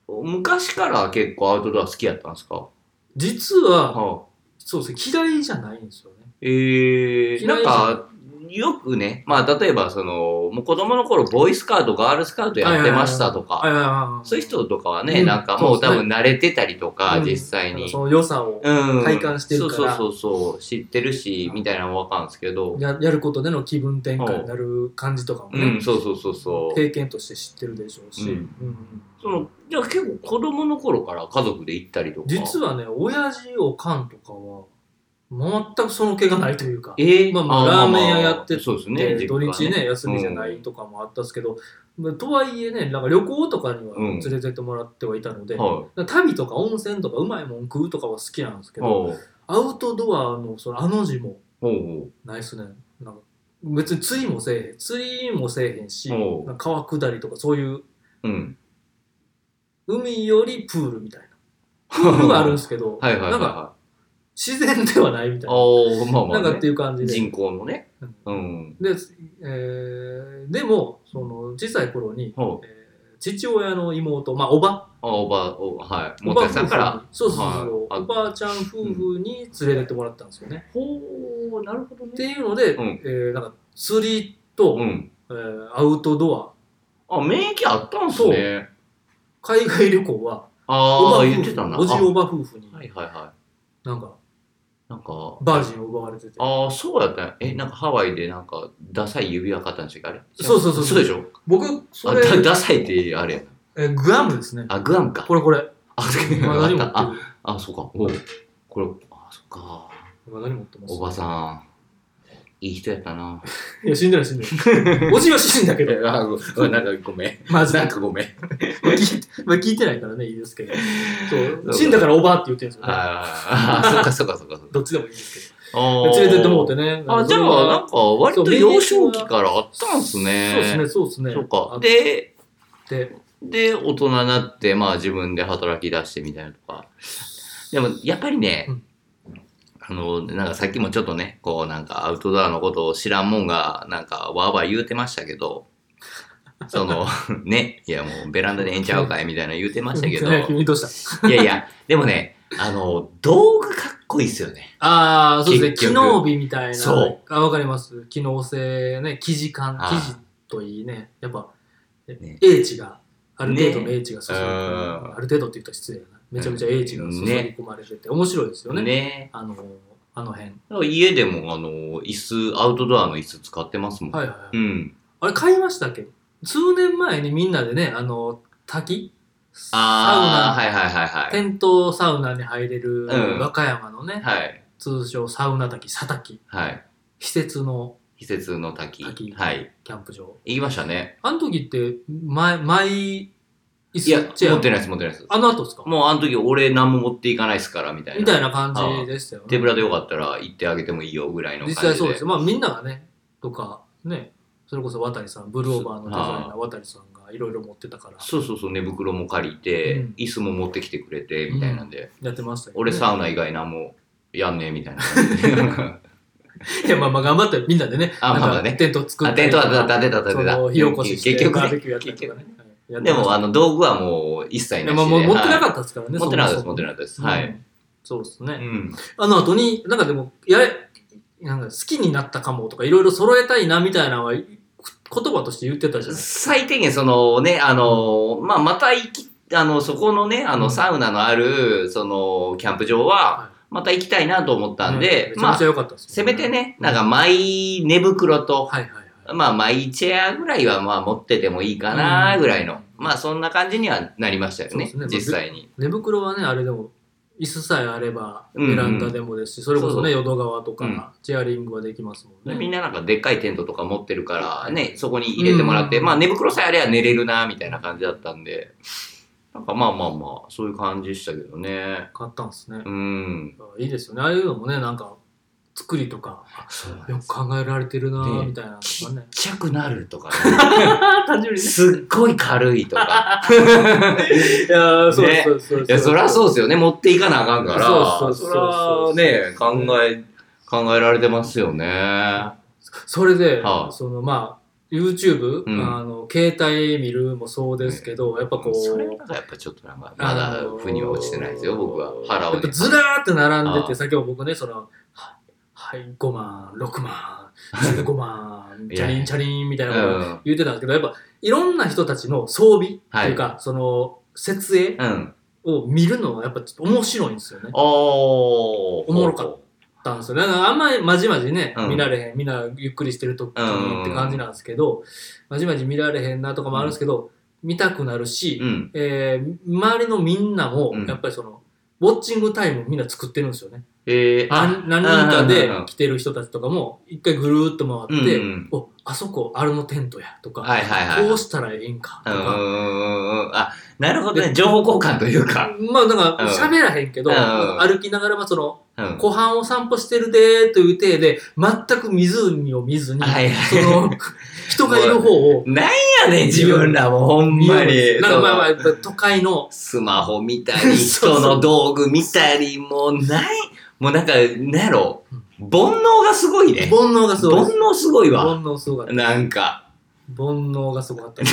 昔から結構アウトドア好きやったんですか実は、はそうですね嫌いじゃないんですよねい。えー、嫌ないんじゃんか、よくね、まあ例えばその、もう子供の頃ボーイスカウト、ガールスカウトやってましたとあいか、やいやいやそういう人とかはうね、んなんかもそううで多すね分慣れてたりとかう、ん実際に。その良さをうん。体感してるからそうそうそうそう、知ってるし、みたいなのもわかるんですけど、ややることでの気分転換になる感じとかもね、うん、そうそうそうそう。経験として知ってるでしょうし、うんうんその、じゃあ結構子供の頃から家族で行ったりとか。実はね親父おかんとかは全くその気がないというか、えー、まあまあラーメン屋やっててそうですね。で土日実家ね休みじゃないとかもあったんですけど、まあとはいえねなんか旅行とかにはう連んれてってもらってはいたので、は旅とか温泉とかうまいもん食うとかは好きなんですい。けど、ほうアウトドアのそのあの字もほうほう。ないっすねなんか別に釣りもせえへん釣りもせえへんし、おうなんか川下りとかそういううん。海よりプールみ たいなプールはあるんですけどはいはいはいなんかは自然ではないみい。たいな。おー、まあまあ、なね。んかっていう感じで。人口のね。うんうん。で、えーでも、その、小さい頃に、ほう。えー父親の妹、まあ、おば、あ、おば、おはい。おもば夫た婦さんから。にそうそうそう、はいあおばあちゃん夫婦に連れてってもらったんですよね。ほう、なるほどって。いうので、うんえーなんか、釣りと、うん。えーアウトドあ、免疫あったんすね。ア、海外旅行は、あばあ、夫婦言ってたな。おじあおば夫婦に、はいはいはなんか、い。なんか、バージンを奪われてて。ああ、そうやったんやえ、なんかハワイでなんか、ダサい指輪買ったんでしたっけあれそうそうそうそうでしょ僕、そあれ、だ、ダサいって、あれや。えーグアムですね。あ、グアムか。これこれ、 あ、今何持ってあ、るあ、そうか。おうこれ、あ、そっか。今何持ってますおばさん、いい人やったな。いや、死んでない死んでない。おじは死んだけど、 あ、ごなんかごめん。 マジで。かごめん。まあ聞いてまあ聞いてないからね、いいですけど。そうそう。か死んだからおばあって言ってるんですよ、ね。あーあー、そっかそっかそっかそっか。どっちでもいいんですけあど。ー連れてってもうてね。あ、じゃあ、なんか、割と幼少期からあったんすね。そうですね、そうですね。そうかあ。っで、て。で、大人になって、まあ自分で働き出してみたいなとか。でも、やっぱりね、うんあの、なんかさっきもちょっとね、こうなんかアウトドアのことを知らんもんが、なんかわーわー言うてましたけど、その、 ね、いやもうベランダでええんちゃうかいみたいなの言うてましたけど、ねい君どうしたやいや、でもね、あの、道具かっこいいっすよね。ああ、そうですね。結機局能美みたいな。そうあ、わかります。機能性、ね、生地感、あー生地といいね。やっぱ、ね英知が、ある程度の英知が注ぎ込まれうんある程度って言ったら失礼だな。めちゃめちゃ英知が注ぎ込まれてて、面白いですよね。ね。あの、あの辺。だから家でも、あの、椅子、アウトドアの椅子使ってますもん。はいはいはい。うん。あれ買いましたっけ数年前にみんなでね、あの、滝ああ、サウナ、はいはいはいはい。テントサウナに入れる、うん和歌山のね、はい。通称サウナ滝、佐滝、はい。施設の季節の滝。滝はい。キャンプ場。行きましたね。あの時って、マイ、マイ椅いや、持子チェアってないです、持ってないです。あの後ですかもうあの時俺何も持っていかないですから、みたいな。みたいな感じでしたよね。手ぶらでよかったら行ってあげてもいいよぐらいの感じ実で。際そうですよ。まあみんながね、とか、ね、それこそ渡さん、ブルーオーバーのデザイナー渡さんがいろいろ持ってたから、そうそうそう、寝袋も借りて、うん椅子も持ってきてくれて、みたいなんで。やってましたけどね俺サウナ以外何もやんねえ、みたいな感じで。いや、まあまあ頑張ってみんなでね、あなんまあまかあねテント作っあ、たテンりトとかは立てた立そてた。の火起こしして結局バーねベキューやったりとかね。はいでも、あ、やってましの、道具はもう一た切いなやしまあで。もう持ってなかっったですからたね。持ってなかったでそす、持もってそなもかったです。はうい。んそうですうね。ん。あの後に、なんかでも、やれ、なんか好きになったかもとか、いろいろ揃えたいなみたいなのは、言葉として言ってたじゃないですか。最低限、そのね、あの、まあ、また行き、あの、そこのね、あうの、んサウナのある、その、キャンプは場いは、また行きたいなと思ったんねで、めちゃまめあちゃ、良かったです、せめてね、うんなんか、マイ寝袋と、はいはいはい。まあ、マイチェアぐらいは、まあ、持っててもいいかな、ぐらいの、まあ、そんな感じにはなりましたよねそうで、すね実際に。寝袋はね、あれでも、椅子さえあれば、うんうベんランダでもですし、それこそそうそね、う淀川とうんか、チェアリングはできますもんでね。みんななんかでっかいテントとか持ってるかはらいね、そこに入れてもらって、うんまあ寝袋さえあれば寝れるな、みたいな感じだったんで、なんかまあまあまあ、そういう感じでしたけどね。買ったんですねう。ん。いいですよね。ああいうのもね、なんか、作りとか、そうよく考えられてるなねぁみたいなのちがっ ね。ちゃくなるとか、 単純ね、すっごい軽いとか。いやーそうねそう そうそう。いや、そりゃそうですよね。持っていかなあかんから。そうそうそうそうそりゃね、考え、考えられてますよね。それで、はあそのまあ YouTube、うんあの携帯見るもそうですけど、やっぱこう、それなんかやっぱちょっとなんか、まだ腑には落ちてないですよ、僕は。腹やをっねぱ。ずらーって並んであて、あ先ほど僕ね、その、ははい、5万、6万、15万、いチやャいリやンチャリンみたいうなことん。言ってたんですけど、やっぱいろんな人たちの装備っていうか、その、設営うん。を見るのはやっぱちょっと面白いんですよね。あおおもろかっったんですよね。だからあんまりまじまじね、うん見られへん、みんなゆっくりしてる時にって感じなんですけど、まじまじ見られへんなとかもあるんですけど、見たくなるし、うん。えー周りのみんなもうん、やっぱりその、ウォッチングタイムみんな作ってるんですよね。えー、何何人かでうん来てる人たちとかも、一回ぐるーっと回って、うんうんお、あそこ、あれのテントや、とか、はいはいはい。こうしたらええんか、とうんか。あ、なるほどね。情報交換というか。まあ、だから、喋らへんけど、うん歩きながら、まあ、その、うん湖畔を散歩してるでーという体で、全く湖を見ずに、はいそはい。の、人がいる方 をなんやねん、自分らもほん見よまうですに。なんかまあまあ、そのやっぱ都会の、スマホ見たり、そうそう人の道具見たり、もう ない、もうなんか、なんやろ、うん煩悩がすごい煩ね。悩がす煩ごいです。悩すごいわ。煩悩すごかった。なんか、 煩悩がすごかった。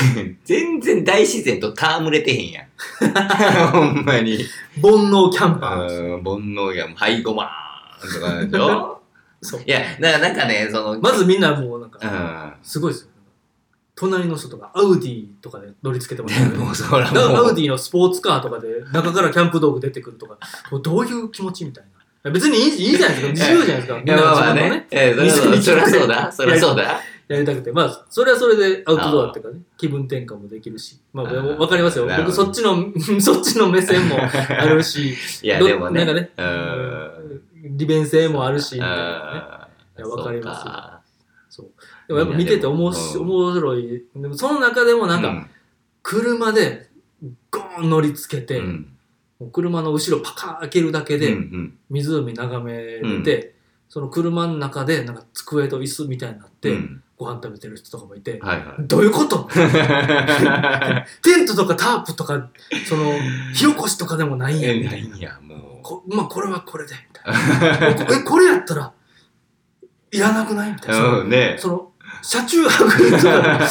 全然大自然と戯れてへん やん。ほんまに。煩悩キャンパー。うん、煩悩やもう、はい、ごまーんとかなん でしょそういや、だからなんかね、その、まずみんなもうなんか、うすごいですよ。隣の人とか、アウディとかで乗り付けてましたん。けどもうそらだからアもウうデ、ィのスポーツカーとかで、中からキャンプ道具出てくるとか、もうどういう気持ちみたいな。別にいいいいじゃないですか、自由じゃないですか、みいんなやまが自あまあ分のねね、、ええそり店に来てゃそうそりゃそうだ、そりゃそうだ。やりたくて、まあ、それはそれでアウトドアっていうかね、気分転換もできるし、まあ、あーわかりますよ、なる僕、ほそどっちの、 そっちの目線も あるし、いや、どでもね、なんかねうん。利便性もあるし、みうんたいなね。いやわかりますそうかそう。でもやっぱ見てておもいやしでも面白い。でもその中でもなんか、車でゴーン乗りつけうて、んもう車の後ろパカー開けるだけうんうで、ん湖眺めて、その車の中でなんか机と椅子みたいになって、うんご飯食べてる人とかもいて、はい はどういうことい。テントとかタープとか、その、火起こしとかでもないんやえ、みなたいいな。んや、もこまあ、これはこれで、みた いな。え、これやったら、いらなくないみたいな。う。うん、ね。 その、車中泊とか、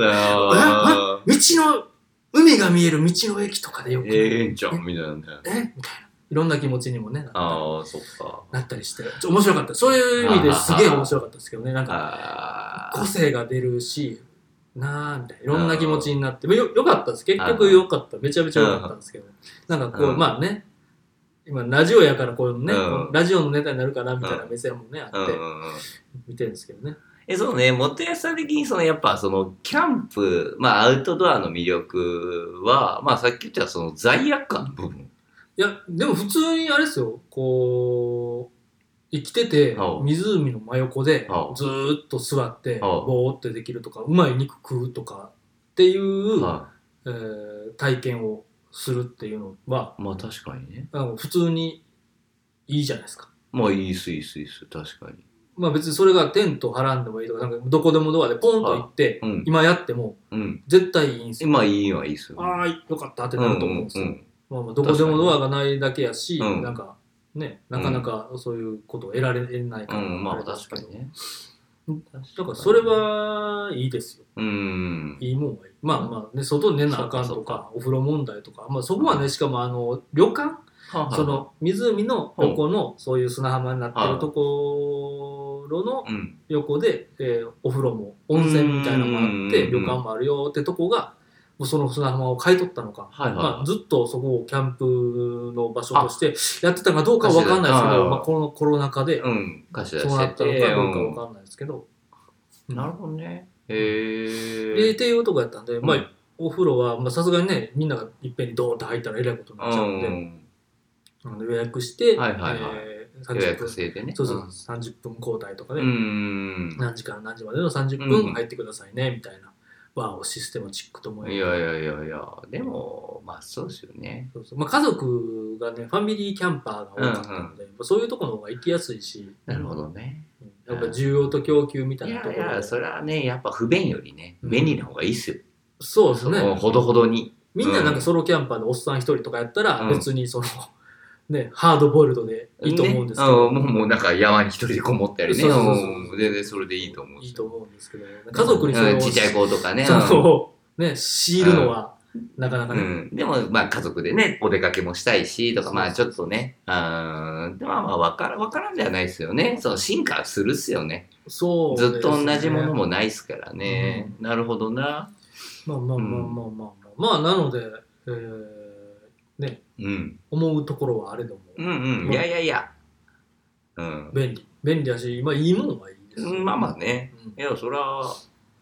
あ道の、海が見える道の駅とかでよく、えええんちゃんみたいなね。みたいな。いろんな気持ちにもね、なったああ、そっか。なったりして、ちょ面白かった。そういう意味ですげえ面白かったですけどね、なんか、あ個あ。性が出るし、なあみたいな。いろんな気持ちになって、よよかったです。結局よかった。めちゃめちゃよかったんですけど。なんかこう、うんまあね、今ラジオやからこうね、うんラジオのネタになるかなみたいな目線もね、あうんっうてんうん。見てるんですけどね。え、そうね、元安さん的にそのやっぱそのキャンプ、まあアウトドアの魅力は、まあさっき言ったその罪悪感の部分。いや、でも普通にあれですよ、こう、生きてては、あ湖の真横ではあずーっと座って、はあぼーってできるとか、うまい肉食うとかっていう、はえー体験をするっていうのは、い。まあ確かにね。なんか普通にいいじゃないですか。まあいいっす、いいっす、いいっす、確かに。まあ別にそれがテント張らんでもいいとか、なんかどこでもドアでポンと行って、うん。今やってもうん。絶対いいんですよ。まあいいはいいっすよ。ああ、よかったってうんなうると思うんんですうよ。ん。まあまあどこでもドアがないだけやし、うんなんか、ね、なかなかそういうことを得られないから、うん、まあれですけ確かどにね。だからそれはいいですよ。うん。いいもんはいい。まあまあね、外に寝なあかんそとうかか、お風呂問題とか、まあそこはね、しかもあの、旅館そ、の湖の横のそういう砂浜になってるところのうん。横で、えーお風呂も温泉みたいなのもあっうてん旅館もあるよってとこがもうその砂浜を買い取ったのか、はいはいまあ、ずっとそこをキャンプの場所としてやってたかどうかは分かんないですけあど、あまあ、このコロナ禍でうん。貸し出そうしなてったのて。かどうかう分んかんないですけど、なるほどね。へでえ。っていうとこやったんで、まうあん、お風呂はまあさすがにねみんながいっぺんにドーンって入ったらえらいことになっちゃうんで、うんなので予約して、はいはいはいえー予30約分制でね。そうそう、30分交代とかうで、ん。何時から何時までの30うん分入ってくださいね、みたいな、わあ、システムチックと思いいやいやいやいや、でも、まあそうですよね。そうそうまあ、家族がね、ファミリーキャンパーが多かったので、そういうところの方が行きやすいし、なるほどね。うんやっぱ需要と供給みたいいなやといころや、そそれはね、やっぱ不便よりね、便利な方がいいっすよ。うですもうね。ほどほどに。みんななんかソロキャンパーでおっさん一人とかやったうら、ん別にその、ね、ハードボイルドでいいと思うんですけど、ねあもうもうなんか山に一人でこもったりね。そうそうそううん全然それでいいと思う。いいと思うんですけど、家族にそうんちっちゃいの、子とかね。そのね、強いるのは、なかなかうね、ん、でも、まあ、家族でね、お出かけもしたいし、とか、まあ、ちょっとね、あーでまあまあ、わから、わからんではないですよね。その進化するっすよね。そうですずねっと同じものもないっすからね。なるほどな。まあまあまあまあまあまあ、まあなので、えーねうん。思うところはあれども、うんうん。いやいやいや。うん。便利便利だし、まあ、いいもんはいいですよ、まあまあね。うんいや、そら、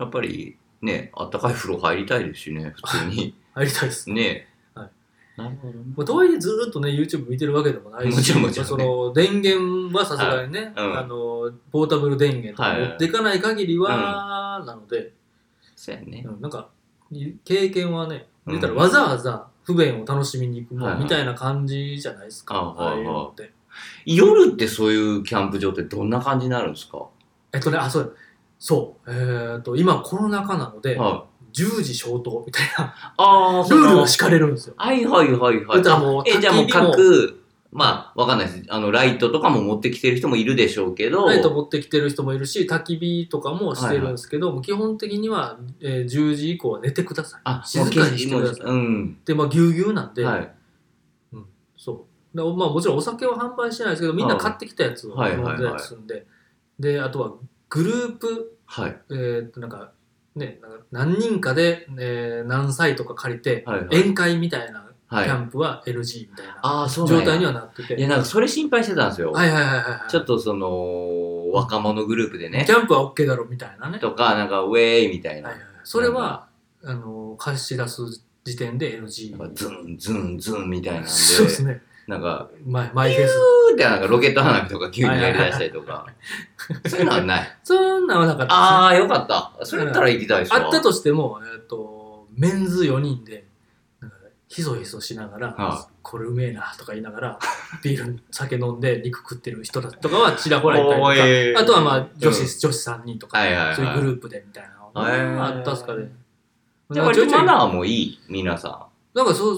やっぱり、ね、あったかい風呂入りたいですしね、普通に。入りたいですね、ね。はいなるほどねまあ、とはいえずーっとね YouTube 見てるわけでもないしもちろんもちろんねまあ、その電源はさすがにね、はいうんあのポータブル電源とか持っていかない限りは、なので、そうやね。うんなんか経験はねうん言ったらわざわざ不便を楽しみに行くもはいんはいみたいな感じじゃないですか、あはいああいはいうのって。夜ってそういうキャンプ場ってどんな感じになるんですかえっとね、あ、そうやそう、えーっと、今コロナ禍なので、はい。 10時消灯みたいな、ああ、ルールが敷かれるんですよ。はいはいはいはい。だからもうあえ、じゃあもう焚き火も各、まあ、わかんないです。あの、ライトとかも持ってきてる人もいるでしょうけど。ライト持ってきてる人もいるし、焚き火とかもしてるんですけど、もう基本的には、えー10時以降は寝てください。あ、静かにしてくださいもううん。で、まあ、ぎゅうぎゅうなんで、はい。そう。でまあ、もちろんお酒は販売してないですけど、みんな買ってきたやつをはい飲んでたりするんで、で、あとはグループ、はい。えーっと、なんか、ね、なんか何人かで、えー何歳とか借りて、はいはい。宴会みたいなはキャい。ンプは LG みたいな。ああ、そうな状んや態にはなってて。いや、なんかそれ心配してたんですよ。はいはいはいはいはい。ちょっとその、若者グループでねキ。ャンプは OK だろみたいなね。とか、なんか、ウェイみたいな。はいはいそれは、あの、貸し出す時点で NG なん。かズン、ズン、ズンみたいなんで、そうですね。なんか、マイマイフェス。ふーってなんかロケット花火とか急にやりだしたりとか、そういうのはない。そんなんはなかったああ、よかった。それやったら行きたいでですすね。わあったとしても、えっと、メンズ4人で、なんかひそひそしながはら、これうめえなとか言いながら、ビール、酒飲んで肉食ってる人だとかはちらほらいたおーりえとーか、あとはまあ女うん子、女子3人とかはいはいはい、そういうグループでみたいなのへーあったっすかね。じゃあ割とマナーもいい、皆さなんかそう、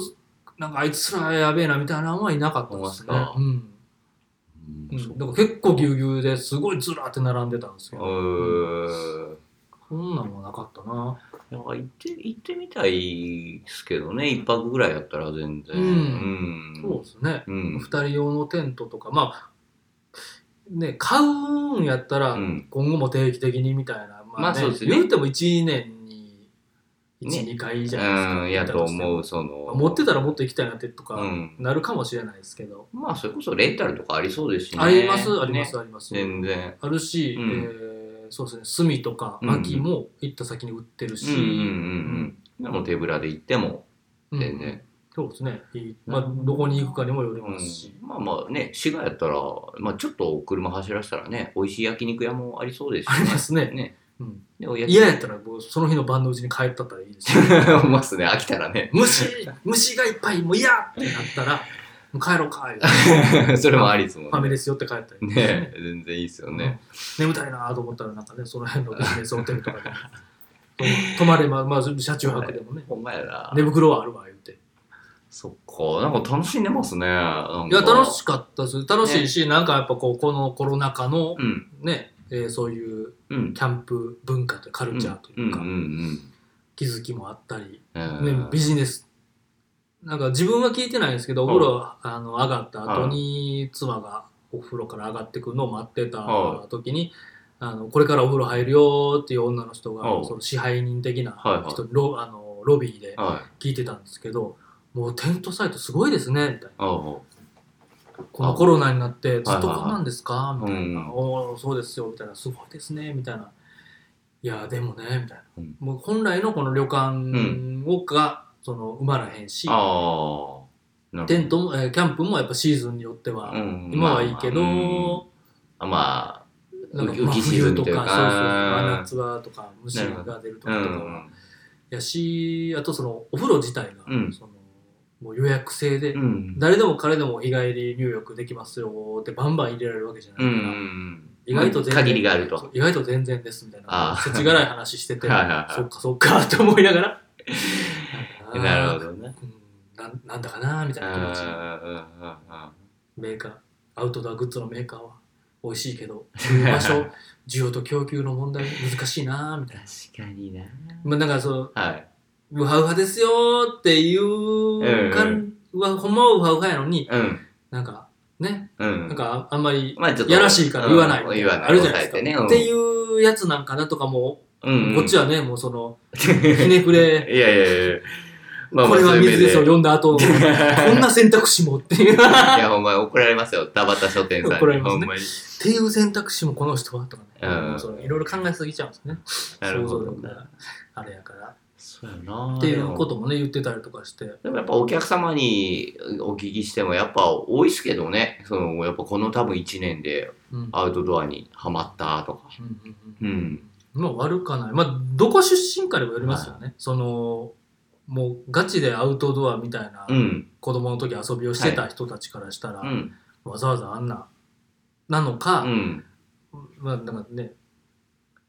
なんかあいつらやべえなみたいなのはいなかったですねほんまっすか。うん。ん。うそん、うだから結構ぎゅうぎゅうですごいずらーって並んでたんですけうど、ーん。そんなんもなかったな。なんか行って、行ってみたいですけどね、一泊ぐらいやったら全然。うんうん。そうですね。うん二、人用のテントとか、まあ、ね、買うんやったらうん今後も定期的にみたいな、まあそうですね言っても1年に1、ね2回じゃないですか。うん、やと思う。う、その。持ってたらもっと行きたいなってとかうんなるかもしれないですけど、まあ、それこそレンタルとかありそうですしね。あります、ありまね。す、あります。全然。あるし、うんえーそうですね、炭とか秋も行った先に売ってるうんし、うんうんうん。でも手ぶらで行っても、うん全然。そうですね、いいまあ、どこに行くかにもよりますし、まあまあね、滋賀やったら、まあちょっと車走らせたらね、美味しい焼肉屋もありそうですし、ありますねね。うんで、おや嫌やったらもうその日の晩のうちに帰ったったらいいですし 思いますね、飽きたら ね。虫虫がいっぱいもう嫌ってなったらもう帰ろうか言う てそれもありですもんね。ファミレス寄って帰ったり、ね全然いいですよね。眠たいなと思ったらなんかねその辺のビジネスホテルとかで泊まれば、まあ、車中泊でもねほんまやな。寝袋はあるわ言うてそっか。なんか楽しんでますね。いいや、や楽しかったです。楽しいし、なんかやっぱこう、このコロナ禍のうん。ね、えーそういううん。キャンプ文化というかカルチャーというか、うんうん気づきもあったり、うん。ねうん、ビジネス。なんか自分は聞いてないんですけど、お風呂あの上がった後に妻がお風呂から上がってくるのを待ってたは時に、あのこれからお風呂入るよっていう女の人がは、いその支配人的なはいはい人にロあのロビーではい。聞いてたんですけど、もうテントサイトすごいですね、みたいな。ああ。このコロナになってずっはいとこんなんですかみはいたはいいなう「んおおそうですよ」みたいな「すごいですね」みたいな「いやでもね」みたいな、うんもう本来のこの旅館んをが、その埋まらへんしああ。なるほどテントも、えーキャンプもやっぱシーズンによっては、うん今はいいけど、まあ、まあ、なんか浮まあき沈冬みととかいそううそう真か。夏はとか虫が出るとうかとかは、ん。やしあとそのお風呂自体が、うんそのもう予約制で、うん。誰でも彼でも日帰り入浴できますよってバンバン入れられるわけじゃないうから。ん。意外と全然限りがあるそうと。意外と全然ですみたいなあー世知辛い話してて はいはいはいそっかそっかと思いなが らなるほどね。うんなんなんだかなみたいな気持ちメーカーアウトドアグッズのメーカーは美味しいけ ど場所需要と供給の問題難しいなみたいな確かにな。まあだからそうはい。ウハウハですよーっていう感じはほんまはウハウハやのにうん。なんかねうん。なんかあんまりまあちょっと。やらしいから言わないみうんたい言わない。あるじゃないですか、抑えねっていうやつなんかなとかもうんうんこっちはね、もうその、ひねくれ、いやいやいや。 まあこれは水ですをそういう読んだ後、こ目でんな選択肢もっていう、っ いや、ほんまに怒られますよ。田端書店さんに。怒られますねほんまに。ていう選択肢もこの人はとかね、うんもうそのいろいろ考えすぎちゃうんですね。なるほ想ど像力があれやから。そうやな。っていうこともね、言ってたりとかして。でもやっぱお客様にお聞きしてもやっぱ多いですけどね。そのやっぱこの多分1年でうんうんアウトドアにハマったとか。うんううんん。まあ悪かない。まあ、どこ出身かにもよりますよね。その、もうガチでアウトドアみたいなうん。子供の時遊びをしてた人たちからしたら、うん。わざわざあんな、なのか、うん。まあ、なんかね、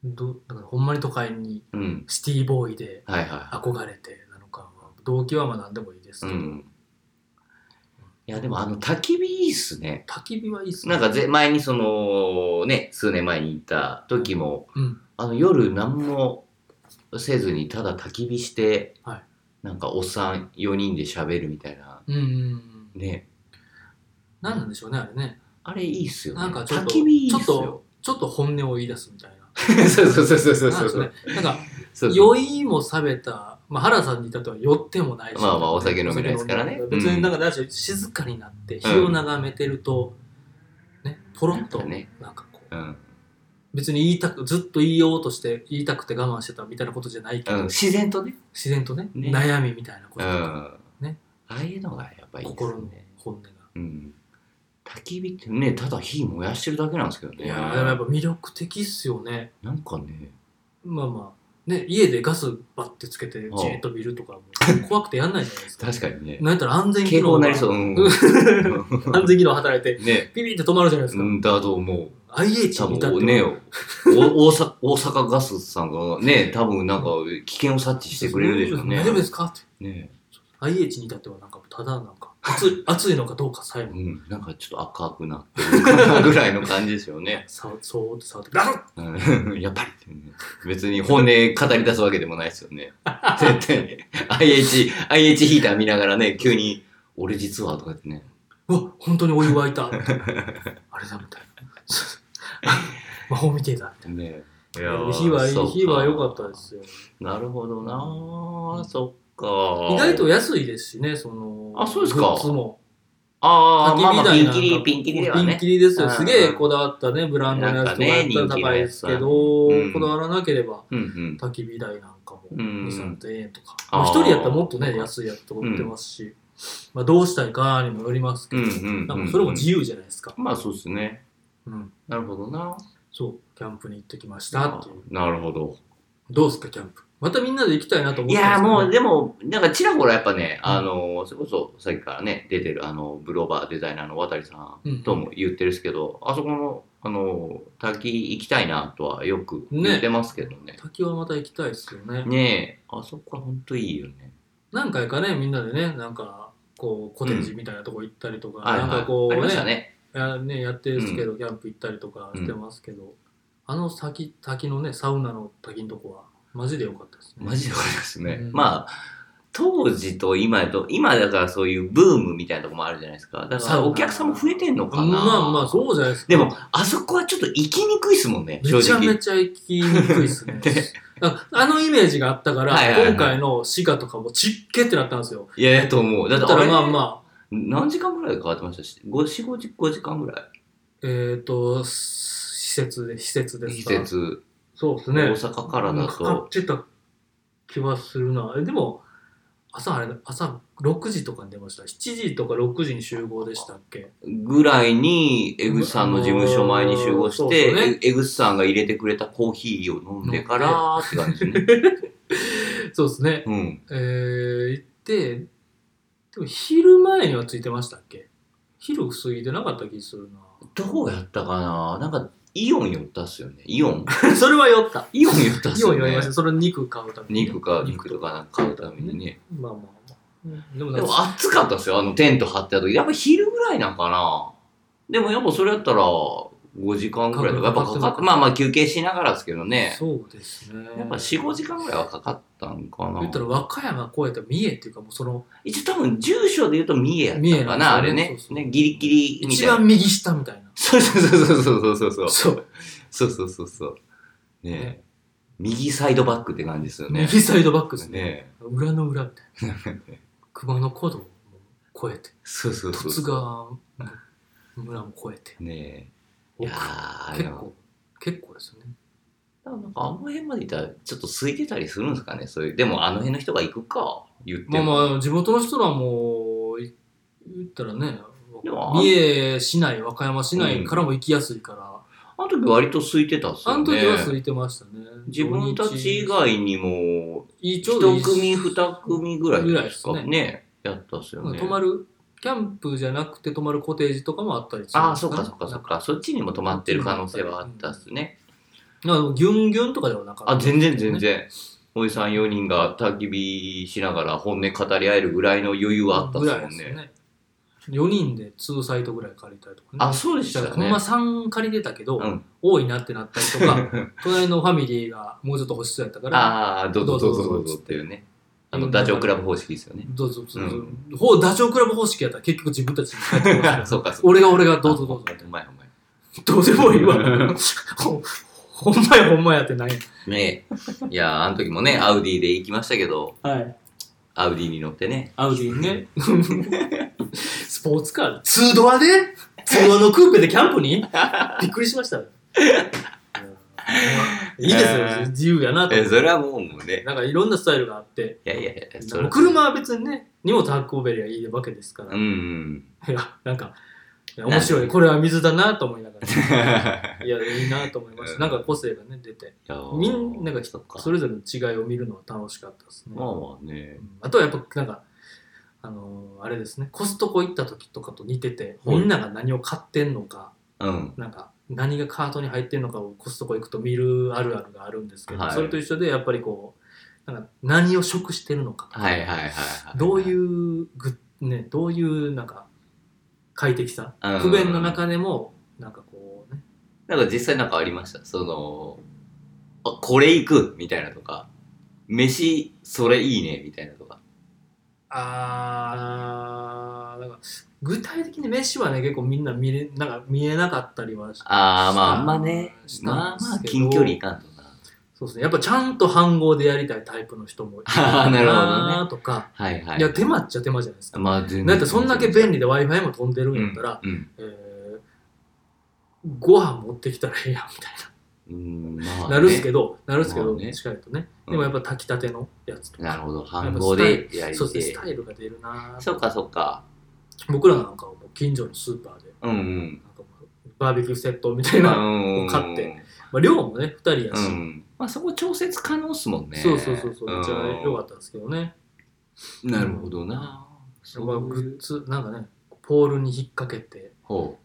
どだからほんまに都会にうん。シティボーイではいは憧れてなのかは、動機はまあ何でもいいですい。うけど、ん。いやでもあの焚き火いいっすね。焚き火はいいっすなんかぜ前にそのね、数年前に行った時も、うんあの夜何もせずにただ焚き火して、はいなんかおっさん4人で喋るみたいな。うんうんうん。ね。何なんでしょうね、あれね。あれいいっすよね。なんかちょっと焚き火いいっすちよ。ょっとちょっと本音を言い出すみたいな。そうそうそうそうそうなんそうでそう。すね。なんか、そうそう酔いもされた、まあ、原さんに至っては酔ってもないし。まあまあお酒飲めないですからねお酒飲んで別になんか、だし静かになって、日を眺めてると、ね、ポロッと、なんかねなんかこう、うん別に言いたくずっと言いようとして言いたくて我慢してたみたいなことじゃないけうど、ん、自然とね。自然とねね悩みみたいなこうととか、ん。ねああいうのがやっぱいいです心のね。本音が、うん。焚き火ってね、ただ火燃やしてるだけなんですけどね。いやーでもやっぱ魅力的っすよねなんかね、まあまあね家でガスバッてつけてじああーっと見るとかも怖くてやんないじゃないですか確かにね。なんやったら安全機警能報にがなりそう。うん。安全機能働いてね。ピピって止まるじゃないですうか、んだと思う。 IH 多に至っては分ね、お大阪大阪ガスさんがね、多分なんか危険を察知してくれるでしょうね。大丈夫ですかってね。 IH に至ってはなんかただなんか熱 い熱いのかどうかさえうもん。なんかちょっと赤くなってるかなぐらいの感じですよね。さそーっと触ってガッうんやっぱりってね別に本音語り出すわけでもないですよね。絶対に。IH、IH ヒーター見ながらね、急に、俺実はとか言ってね。うわ本当にお湯沸い たあれだみたいな 魔法見てえだねい火はいい火は良かったで。そうすよなるほどなそっか。意外と安いですしねそのあそうですかグッズもああ、まあまあ、台ピなんかンキリ、ピンキリではピンねキ。リですようんすげえこだわったねブランドのやつとかやったらなんかね高いですけど、人気のやつはうんこだわらなければうんうん。焚き火台なんかもうん23000円とかあー一人やったらもっとね安いやつとか売ってますし、まあ、どうしたいかにもよりますけうど、んうん。なんかそれも自由じゃないですか、まあそうですね。うん、なるほどな。そうキャンプに行ってきましたっていうなるほど。どうすか、キャンプ。またみんなで行きたいなと思いってやーもうででも、なんかちらほらやっぱね、うんあの、それこそさっきからね、出てるあの、ブローバーデザイナーの渡さうんんとも言ってるんですけど、あそこの、あの、滝行きたいなとはよくね言ってますけどね。滝はまた行きたいですよね。ねえ、あそこはほんといいよね。何回かね、みんなでね、なんか、こうコテージみたいなとこ行ったりとか、はいなんはかいこありうましねたね。やねやってるんですけど、キャンプ行ったりとかしてますけど、あの先滝のねサウナの滝のとこはマジで良かったですね。マジでわかりますねう。んまあ、当時と今やと、今だからそういうブームみたいなとこもあるじゃないですか。だからはいさはいお客さんも増えてんのかまな。あまあそうじゃないですか。でも、あそこはちょっと行きにくいですもんね、正めちゃめ直。。ちゃ行きにくいですね でああのイメージがあったから、はいはいはい今回の滋賀とかもちっけってなったんですよ。いや、やと思う。だっだてかあられ、まあまあ、何時間ぐらいかかってましたし、5、4、5時5時間ぐらえっ、と、施設で、施設い。です施か。設、そうですね。大阪からだかかっと、てた気はするな。えでも、朝あれだ、朝6時とかに出ました。7時とか6時に集合でしたっけぐらいに、江口さんの事務所前に集合あしのーそうそうねて、え江口さんが入れてくれたコーヒーを飲んでから、って感じですね。そうですね。うん。えー、行って、でも昼前には着いてましたっけ昼過ぎてなかった気するな。 どうやったかななんか、イオン寄ったっすよね。イ オンそれは酔った。イオン寄ったっすよよう言われねまし。た。その肉買うためにね。肉か、肉とかなんか買うためにね。まあまあまあ。でもなでんもか、暑かったですよ、あのテント張ってた時。やっぱ昼ぐらいなんかな。でもやっぱそれやったら、5時間ぐらいとか、やっぱかかかっかて、るまあまあ休憩しながらですけどね。そうですね。やっぱ4、5時間ぐらいはかかったんかな言っ。たら和歌山越えた三重っていうか、もうその、一応多分住所で言うと三重やったのかな、あ三れ重なんですよそねう。そうね、ギリギリみた一いな。番右下みたいな。そうそうそうそうそうそうそう。そう。そうそうそうそう。ねね右サイドバックって感じですよね。右サイドバックですね。ね裏の裏みたいな。熊野古道を越えて、そうそう そ十うそ津う。川村も越えて、ねえ。い奥やー、で結も構、結構ですよね。だからなんかあの辺までいたらちょっと空いてたりするんですかねそういうでもあの辺の人が行くか言ってまあも、まあ、地元の人らも、い言ったらねでも、三重市内、和歌山市内からも行きやすいから、あの時割と空いてたっすよあねの時は空いてましたね。自分たち以外にもいいちょうどいい一組二組ぐらいですかぐらねいですやったっすよね泊まる、キャンプじゃなくて泊まるコテージとかもあったりするああそっかそっかそっか。かそっちにも泊まってる可能性はあったっすね、なんかでもギュンギュンとかではなかった。あ全然全然おじさん4人が焚き火しながら本音語り合えるぐらいの余裕はあったっすぐらいもでんすねよね。4人で2サイトぐらい借りたりとかね。あそうでしたよねほんま3借りてたけど、うん多いなってなったりと か、隣のファミリーがもうちょっと欲しそうやったから、ああどうぞどうぞどうぞっていうねあのダチョウ倶楽部方式ですよねどうぞどうぞ、うほうダチョウ倶楽部方式やったら結局自分たちに帰ってくる そうか、そうか。俺が俺がどうぞどうぞお前お前。どうでもいい わ。ほほんまやほんまやってない。ねえ。いや、あの時もね、アウディで行きましたけど、はい。アウディに乗ってね。アウディね。スポーツカー。ツードアでツードアのクーペでキャンプ にびっくりしました。いいですよ、自由やなとえ、思っそれはもうもうて。ね。なんかいろんなスタイルがあって、いやいやいや、それ。車は別にね、荷物運べりゃいいわけですから。うんうん。いや、なんか、いや面白い。これは水だなと思いながい ら。やいや、いいなと思いました。なんか個性がね、出て。みんながそっか。それぞれの違いを見るのは楽しかったですね。まあまあね。あとはやっぱなんか、あのーあれですね、コストコ行った時とかと似てて、はいみんなが何を買ってんのか、うん。なんか何がカートに入ってんのかをコストコ行くと見るあるあるがあるんですけど、はいそれと一緒でやっぱりこう、なんか何を食してるのかとか、はいはいはいはい。、どういううグッ、ね、どういうなんか快適さ、うん不便の中でも、なんかこうね、なんか実際なんかありました。その、あ、これ行くみたいなとか、飯、それいいねみたいなとか。あー、なんか具体的に飯はね、結構みんな見れなんか見えなかったりはしてああ、まああんまねし、たまんであすけどまあ近距離いかんとな。そうですね。やっぱちゃんと半合でやりたいタイプの人もいるあー なるほどねなとか、はいはい。いや、手間っちゃ手間じゃないですか。まあ、全然だってそんだけ便利で Wi-Fi も飛んでるんやったら、うん。えーご飯持ってきたらええやんみたいうん、まな。あ、なるっすけど、なるっすけまあど、ね近いとね。うんでもやっぱ炊きたてのやつとなるか。ほど。反応でやりそうでて。すね、スタイルが出るなそうか、そうか。僕らなんかはもう近所のスーパーで、うんうん。なんかもうバーベキューセットみたいな。うん。買って。まあ量もね、2人やうし。ん。まあ、そこ調節可能っすもんね。そうそうそうそう。めっちゃうん良かったですけどね。なるほどな。まあ、そうグいッうズなんかねポールに引っ掛けてほ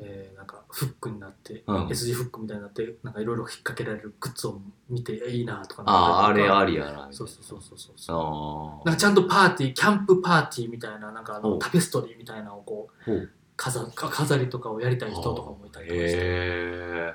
えーなんかフックになって、うん S 字フックみたいになってなんかいろいろ引っ掛けられるグッズを見ていいなとかああ、あれありりやなみたいな。そうそうそうそうそうそうあなんかちゃんとパーティーキャンプパーティーみたいななんかあおのうタペストリーみたいなのをこうほう飾か飾りとかをやりたい人とかもいたりとかして、へ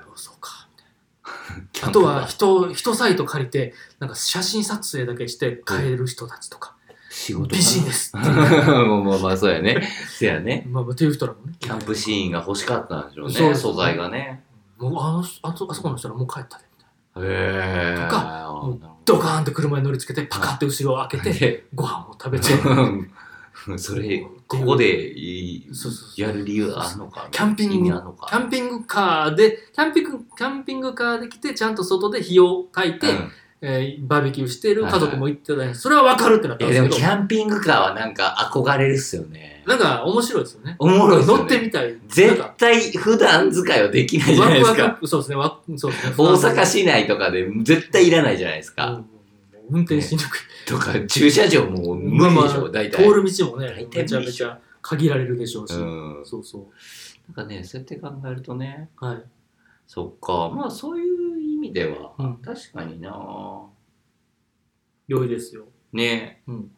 あそうかみたいーなあとは、人人サイト借りてなんか写真撮影だけして帰る人たちとか仕事かなビジネスっていうも うまあまあ、そうやね。そうやね。まあまあ、っていう人らもねキャンプシーンが欲しかったんでしょうそうね、です素材がね。もうあの人あそあそこの人らもう帰ったでみたいなへえ。とかドカーンって車に乗りつけてパカッて後ろを開けてで、ご飯を食べてうん それ、ここでいいそうそうそうやる理由あんのか。キャンピング意味あんのか。キャンピングカーでキャンピングキャンピングカーで来てちゃんと外で火を焚いて、うんえーバーベキューしてる家族も行ってたりそれは分かるってなったんえでですもけどキャンピングカーはなんか憧れるっすよね。なんか面白いですよねおもろいっすよね乗ってみたいなん絶か対普段使いはできないじゃないですワクか。ワクそうですねワクそうですね大阪市内とかで絶対いらないじゃないですうんうんか。うん運転しにくい、とか、駐車場も無理でしまあまょ、あ大体。通る道もね大体めちゃめちゃ限られるでしょうし、うん。そうそなんかね、そうやって考えるとね、うはい、そっか、まあそういう意味では、うん、確かにな良いですよ、ねうん、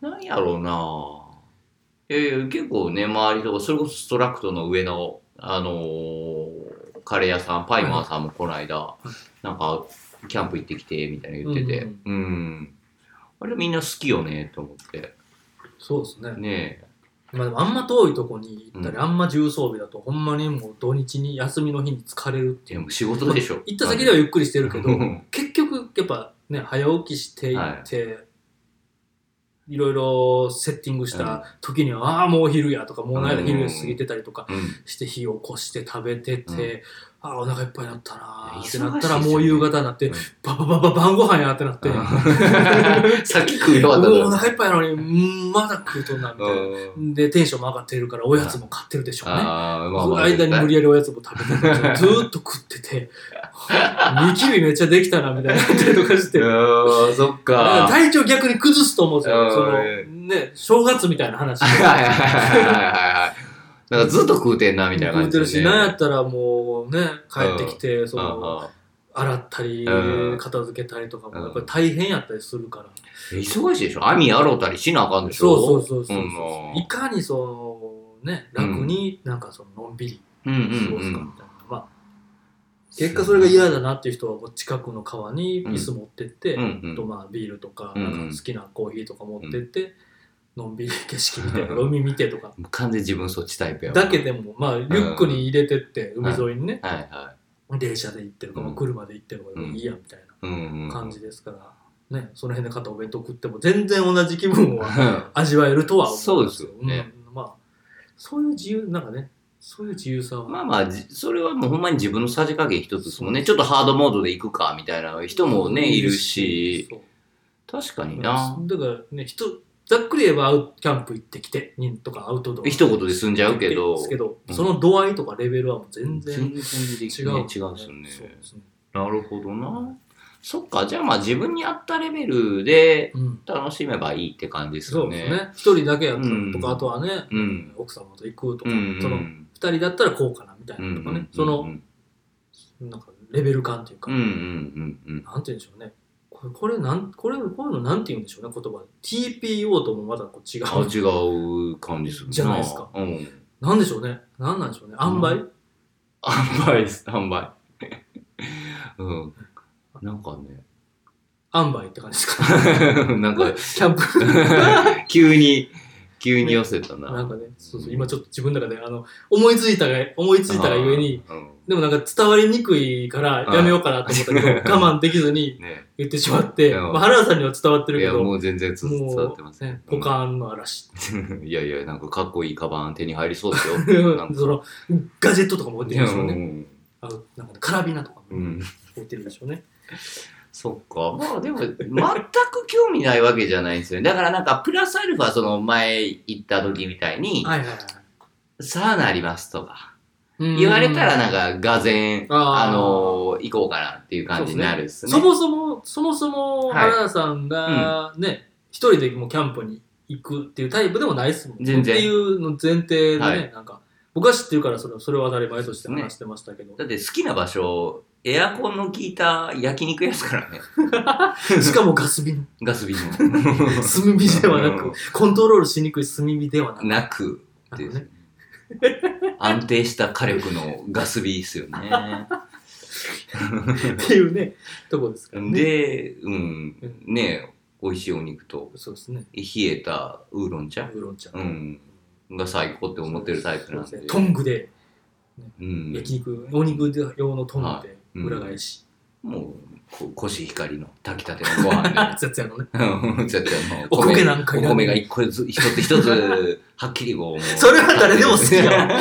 なんやろうないやいや、結構ね、周りとか、それこそストラクトの上の、あのーカレー屋さん、パイマーさんもこの間、なんか、キャンプ行ってきて、みたいな言ってて、うん、あれみんな好きよね、と思って。そうですねねまあ、でもあんま遠いとこに行ったり、うんあんま重装備だとほんまにもう土日に休みの日に疲れるってえ、いでうも仕事でしょ。行った先ではゆっくりしてるけどうん結局やっぱね早起きしていって、い、ろいろセッティングした時には、ああもうお昼やとかもうなんや昼や過ぎてたりとかうんして火を起こして食べてて、ああお腹いっぱいになったなーってなったら忙しいですよねもう夕方になって、うんババババ晩ご飯やってなって、 さっき食い終わったもうおか腹いっぱいなのにうんまだ食うとんなみたいら。な。うんでテンションも上がってるからおやつも買ってるでしょうね。ああ、まあそまのあ。間に無理やりおやつも食べててずーっと食ってて ニキビめっちゃできたなみたいになったりとかしてだかああ、そっらか。体調逆に崩すと思うんですうよんそのね正月みたいな話はいはいはいはいはい。なんかずっと食うてんな、みたいな食感うてじるですしね。なんやったらもうね帰ってきてそのああ洗ったりうん片付けたりとかもうんやっぱり大変やったりするから忙しいでしょ網やろうたりしなあかんでしそょうそうそうそううんうんいかにそのね楽になんかそののんびりうんうん過ごうすかみん。たいな、まあ結果それが嫌だなっていう人はこう近くの川に椅子持ってって、うんうんあとまあビールとかうんうなんんか好きなコーヒーとか持ってって、のんびり景色みたいな海見てとか完全に自分そっちタイプやわだけでもまあリュックに入れてって海沿いにね、はいは電車で行ってるか、まあうん車で行ってるかうんいいやみたいい。うんう。なん感じですから、ね、その辺で買ったお弁当食っても全然同じ気分をうん。味わえるとは思そうですよね、うんまあそういう自由なんかねそういう自由さは、まあまあ、じそれはもうほんまに自分のさじ加減一つですもんね。ちょっとハードモードで行くか、みたいな人もね、いるし。そう確かにな。だからね、人、ざっくり言えばアウキャンプ行ってきて、にとかアウトドア。一言で済んじゃうけど。ですけど、うんその度合いとかレベルはもう全然違う。全然でき違ね、違ううっすよね。そうですねなるほどな。そっか、じゃあまあ自分に合ったレベルでうん。楽しめばいいって感じですそようね。ですね。一人だけやったらうんとか、あとはね、うん。奥様と行くとか、うんうん。その二人だったらこうかなみたいなとかね、そうんの、なんかレベル感というか、うんうんうんなんて言うんでしょうね。これ、これなん、これ、こういうのなんて言うんでしょうね、言葉で。TPO ともまだこう違あう。違う感じするじゃないですかうん。なんでしょうね。なんなんでしょうね。塩梅、販売です、販売。 うん。なんかね、 塩梅って感じですか。なんか キャンプ。急に、急に寄せたな。なんかね、そうそう、今ちょっと自分の中で、あの、思いついたが、思いついたがゆえに、うん。でもなんか伝わりにくいからやめようかなと思った けど、我慢できずにね。言ってしまって、うんまあ、原田さんには伝わってい るけや、ど、ももう全然つ伝わってまう、すね、ポカーンの嵐。。いやいや、なんか かっこいいカバン手に入りそうですよそ なんかの、ガジェットとかも置いているんやでしょうね。んあのなんかカラビナとかうもん。置いてるんでしょうね。そっか。まあでも、全く興味ないわけじゃないんですよね。だからなんか、プラスアルファ、その前行った時みたいに、はいはいはい。さあなりますとか、うん言われたらなんか、がぜん、あーあのー行こうかなっていう感じになるっすね。そもそも、そもそもはい原田さんがね、一、人でもうキャンプに行くっていうタイプでもないですもん全然っていうの前提でね、はいなんか、僕は知ってるからそれはそれは当たり前として話してましたけど、だって好きな場所、エアコンの効いた焼肉屋すからね。しかもガス火のガス火 の。炭火ではなうくんコントロールしにくい炭火ではなくなくあっていのう、ね安定した火力のガス火ですよね。っていうねとこ ですからねで、うん、ね美味しいお肉と、そうですね冷えたウーロン茶、ウーロン茶うん、が最高って思ってるタイプなんで。トングでうん、焼肉、お肉用のトングでうん裏返し、もう、こコシヒカリの炊きたてのご飯節約のね で。ちょっともうお米なんかいらんお米が一個ずつ、一つ一つ、はっきりこう。それは誰でも好きやわ。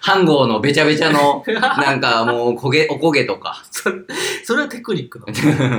ハンゴのべちゃべちゃ の、なんかもう焦げ、おこげとか。 それそれはテクニックな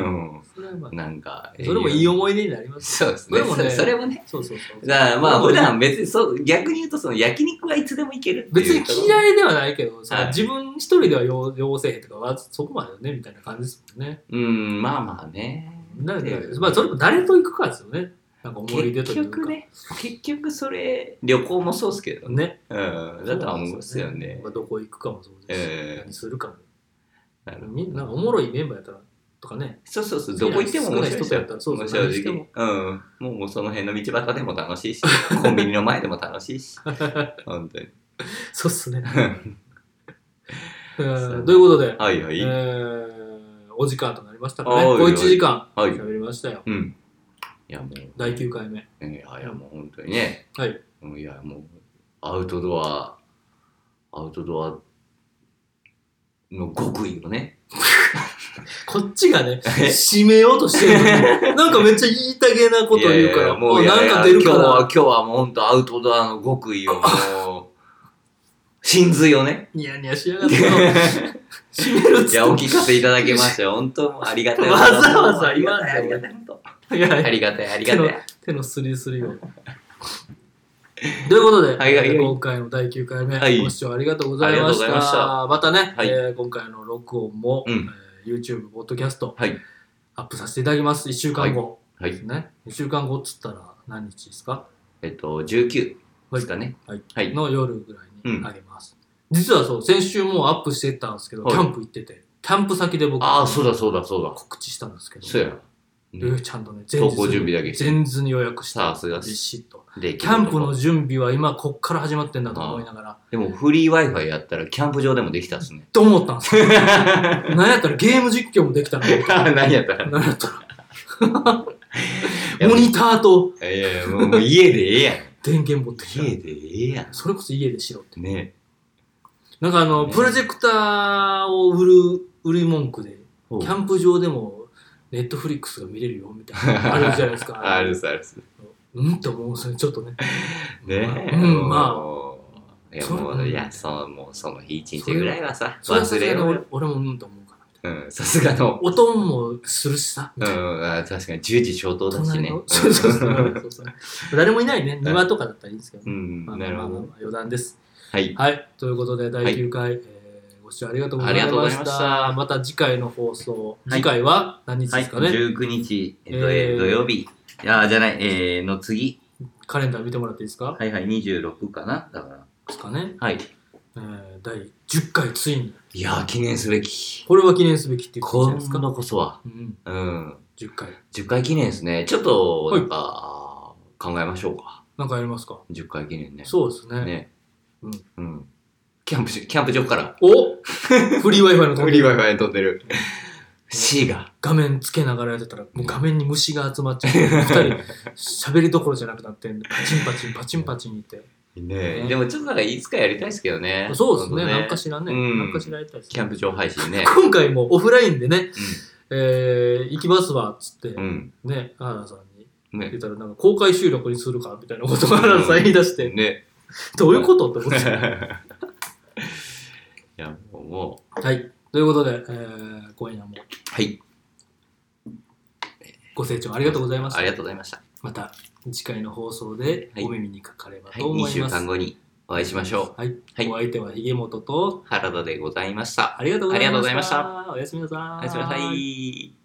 のそれはまあなんか。それもいい思い出になりますそうですね。でもねそそれもね。そうそうそうだからまあ普段別にそう逆に言うとその焼肉はいつでも行けるって別いうにところ嫌いではないけどさ、はい自分一人では要要せえへんとかわそこまでよねみたいな感じですもんねうんまあまあねだからうんまあそれも誰と行くかですよねなんか思い出と結いうか局ね結局それ旅行もそうですけどねねうんだとは思うんですよねまあどこ行くかもそうですし、ええ何するかもなるほどみなんかおもろいメンバーやったらとかねそうそうそうどこ行っても面白いで好すきな人とやったよらそうそう正何しても直うんもうもうその辺の道端でも楽しい しコンビニの前でも楽し いし本当にそうっ すね、えそうー、ということで、はいはえい、ーお時間となりましたかねはいはい小1時間はい喋りましたようんいやもう第9回目いやいやもう本当にねはいうんいやもうアウトドアアウトドアの極意をねこっちが ね、締めようとしてるのに、なんかめっちゃ言いたげなこと言うかいやいら、やももうういやなんか出るかいや今日はら今、日はもう本当アウトドアの極意を もう真髄をねニヤニヤしやがって、締めるっつって。いやお聞かせいただきましたよ本当もうありがたいわざわざ言わないありがたい本当いやい あや りがたいありがたい手のスリスリを。ということで、はいはいはい今回の第9回目、はいご視聴ありがとうございました。ありがとうございましたたね、はいえー今回の録音も、うんえー YouTube、ポッドキャスト、はいアップさせていただきます。1週間後はでいすね。1週間後っつったら何日ですかえっと19ですかねはいはいの夜ぐらいうんにあげます、実はそう先週もうアップしてたんですけど、はいキャンプ行っててキャンプ先で僕ああそうだそうだそうだ告知したんですけどそうやえーちゃんとね前投日稿準備だけ前日に予約してさすがっすびっしりとでキャンプの準備は今こっから始まってんだと思いなが らでもフリー Wi-Fi やったらキャンプ場でもできた っすねと思ったんですよなんやったらゲーム実況もできたのに何やったらなんやった らモニターといやいや、もうもう家でええやん。電源持ってきた家でええやん。それこそ家でしろってね。なんかあの、ねプロジェクターを売る売り文句でキキャンプ場でもネットフリックスが見れるよみたい な、あるじゃないですか。あるさあるさ。うんって思うんですよね、ちょっとね。ねうんまもういや、そうもうう、んいや、その、もう、その日一日ぐらいはさ、それはさ忘すれがによう俺よ。俺もうんと思うから。うん、さすが の。音もするしさ、うみたいな。ん、あ確かに、10時消灯だし隣ね。のそうそうそうそうそう誰もいないね、庭とかだったらいいんですけどうね。ん、まあなるほまあまあど。まあ余談です。はい。はい、ということで、第9回、えーご視聴ありがとうございまありがとうござしいまた。したまた次回の放送、はい次回は何日はでい、すかね、 19日、えっと、ええーー土曜日。いや、じゃない、えー、の次。カレンダー見てもらっていいですか、はいはい、26かなだから。ですかね、はい。えー第10回ついに、いや、記念すべき。これは記念すべきっていうことじゃな今いですか。度こそは。うん、うん。 10回。 10回記念ですね。ちょっと、なんか、考えましょうか。なんかやりますか10回記念ね。そうですね。ね。うんうん。キャンプし、キャンプ場から。おフリー Wi-Fi の飛んでる Wi-Fi 飛んで る。C が。画面つけながらやってたら、もう画面に虫が集まっちゃって、二人喋りどころじゃなくなってんで、パチンパチンパチンパチン言って。ねねでもちょっとなんかいつかやりたいですけどね。そうです本ね。当なんかしらね。うんなんかしらやりたいですキャねン。プ場配信 ね。今回もオフラインでね、えー行きますわ、つってう、ん。ね、原田さんにうん。言ねっ。たら、なんか公開収録にするか、みたいなことを原田さん言い出して、ね。どういうこと って思って。いや、もう、もうはい。ということで、えー、今夜もはい。ご清聴ありがとうございましたあり。がとうございました。また次回の放送ではいお耳にかかればはい。と思2い週ます。間後にお会いしましょはい、はいお相手はひげもととう。原田でございました。ありがとうございありがとまうごしざいた。ましたおやすみなさい。おやすみなさい。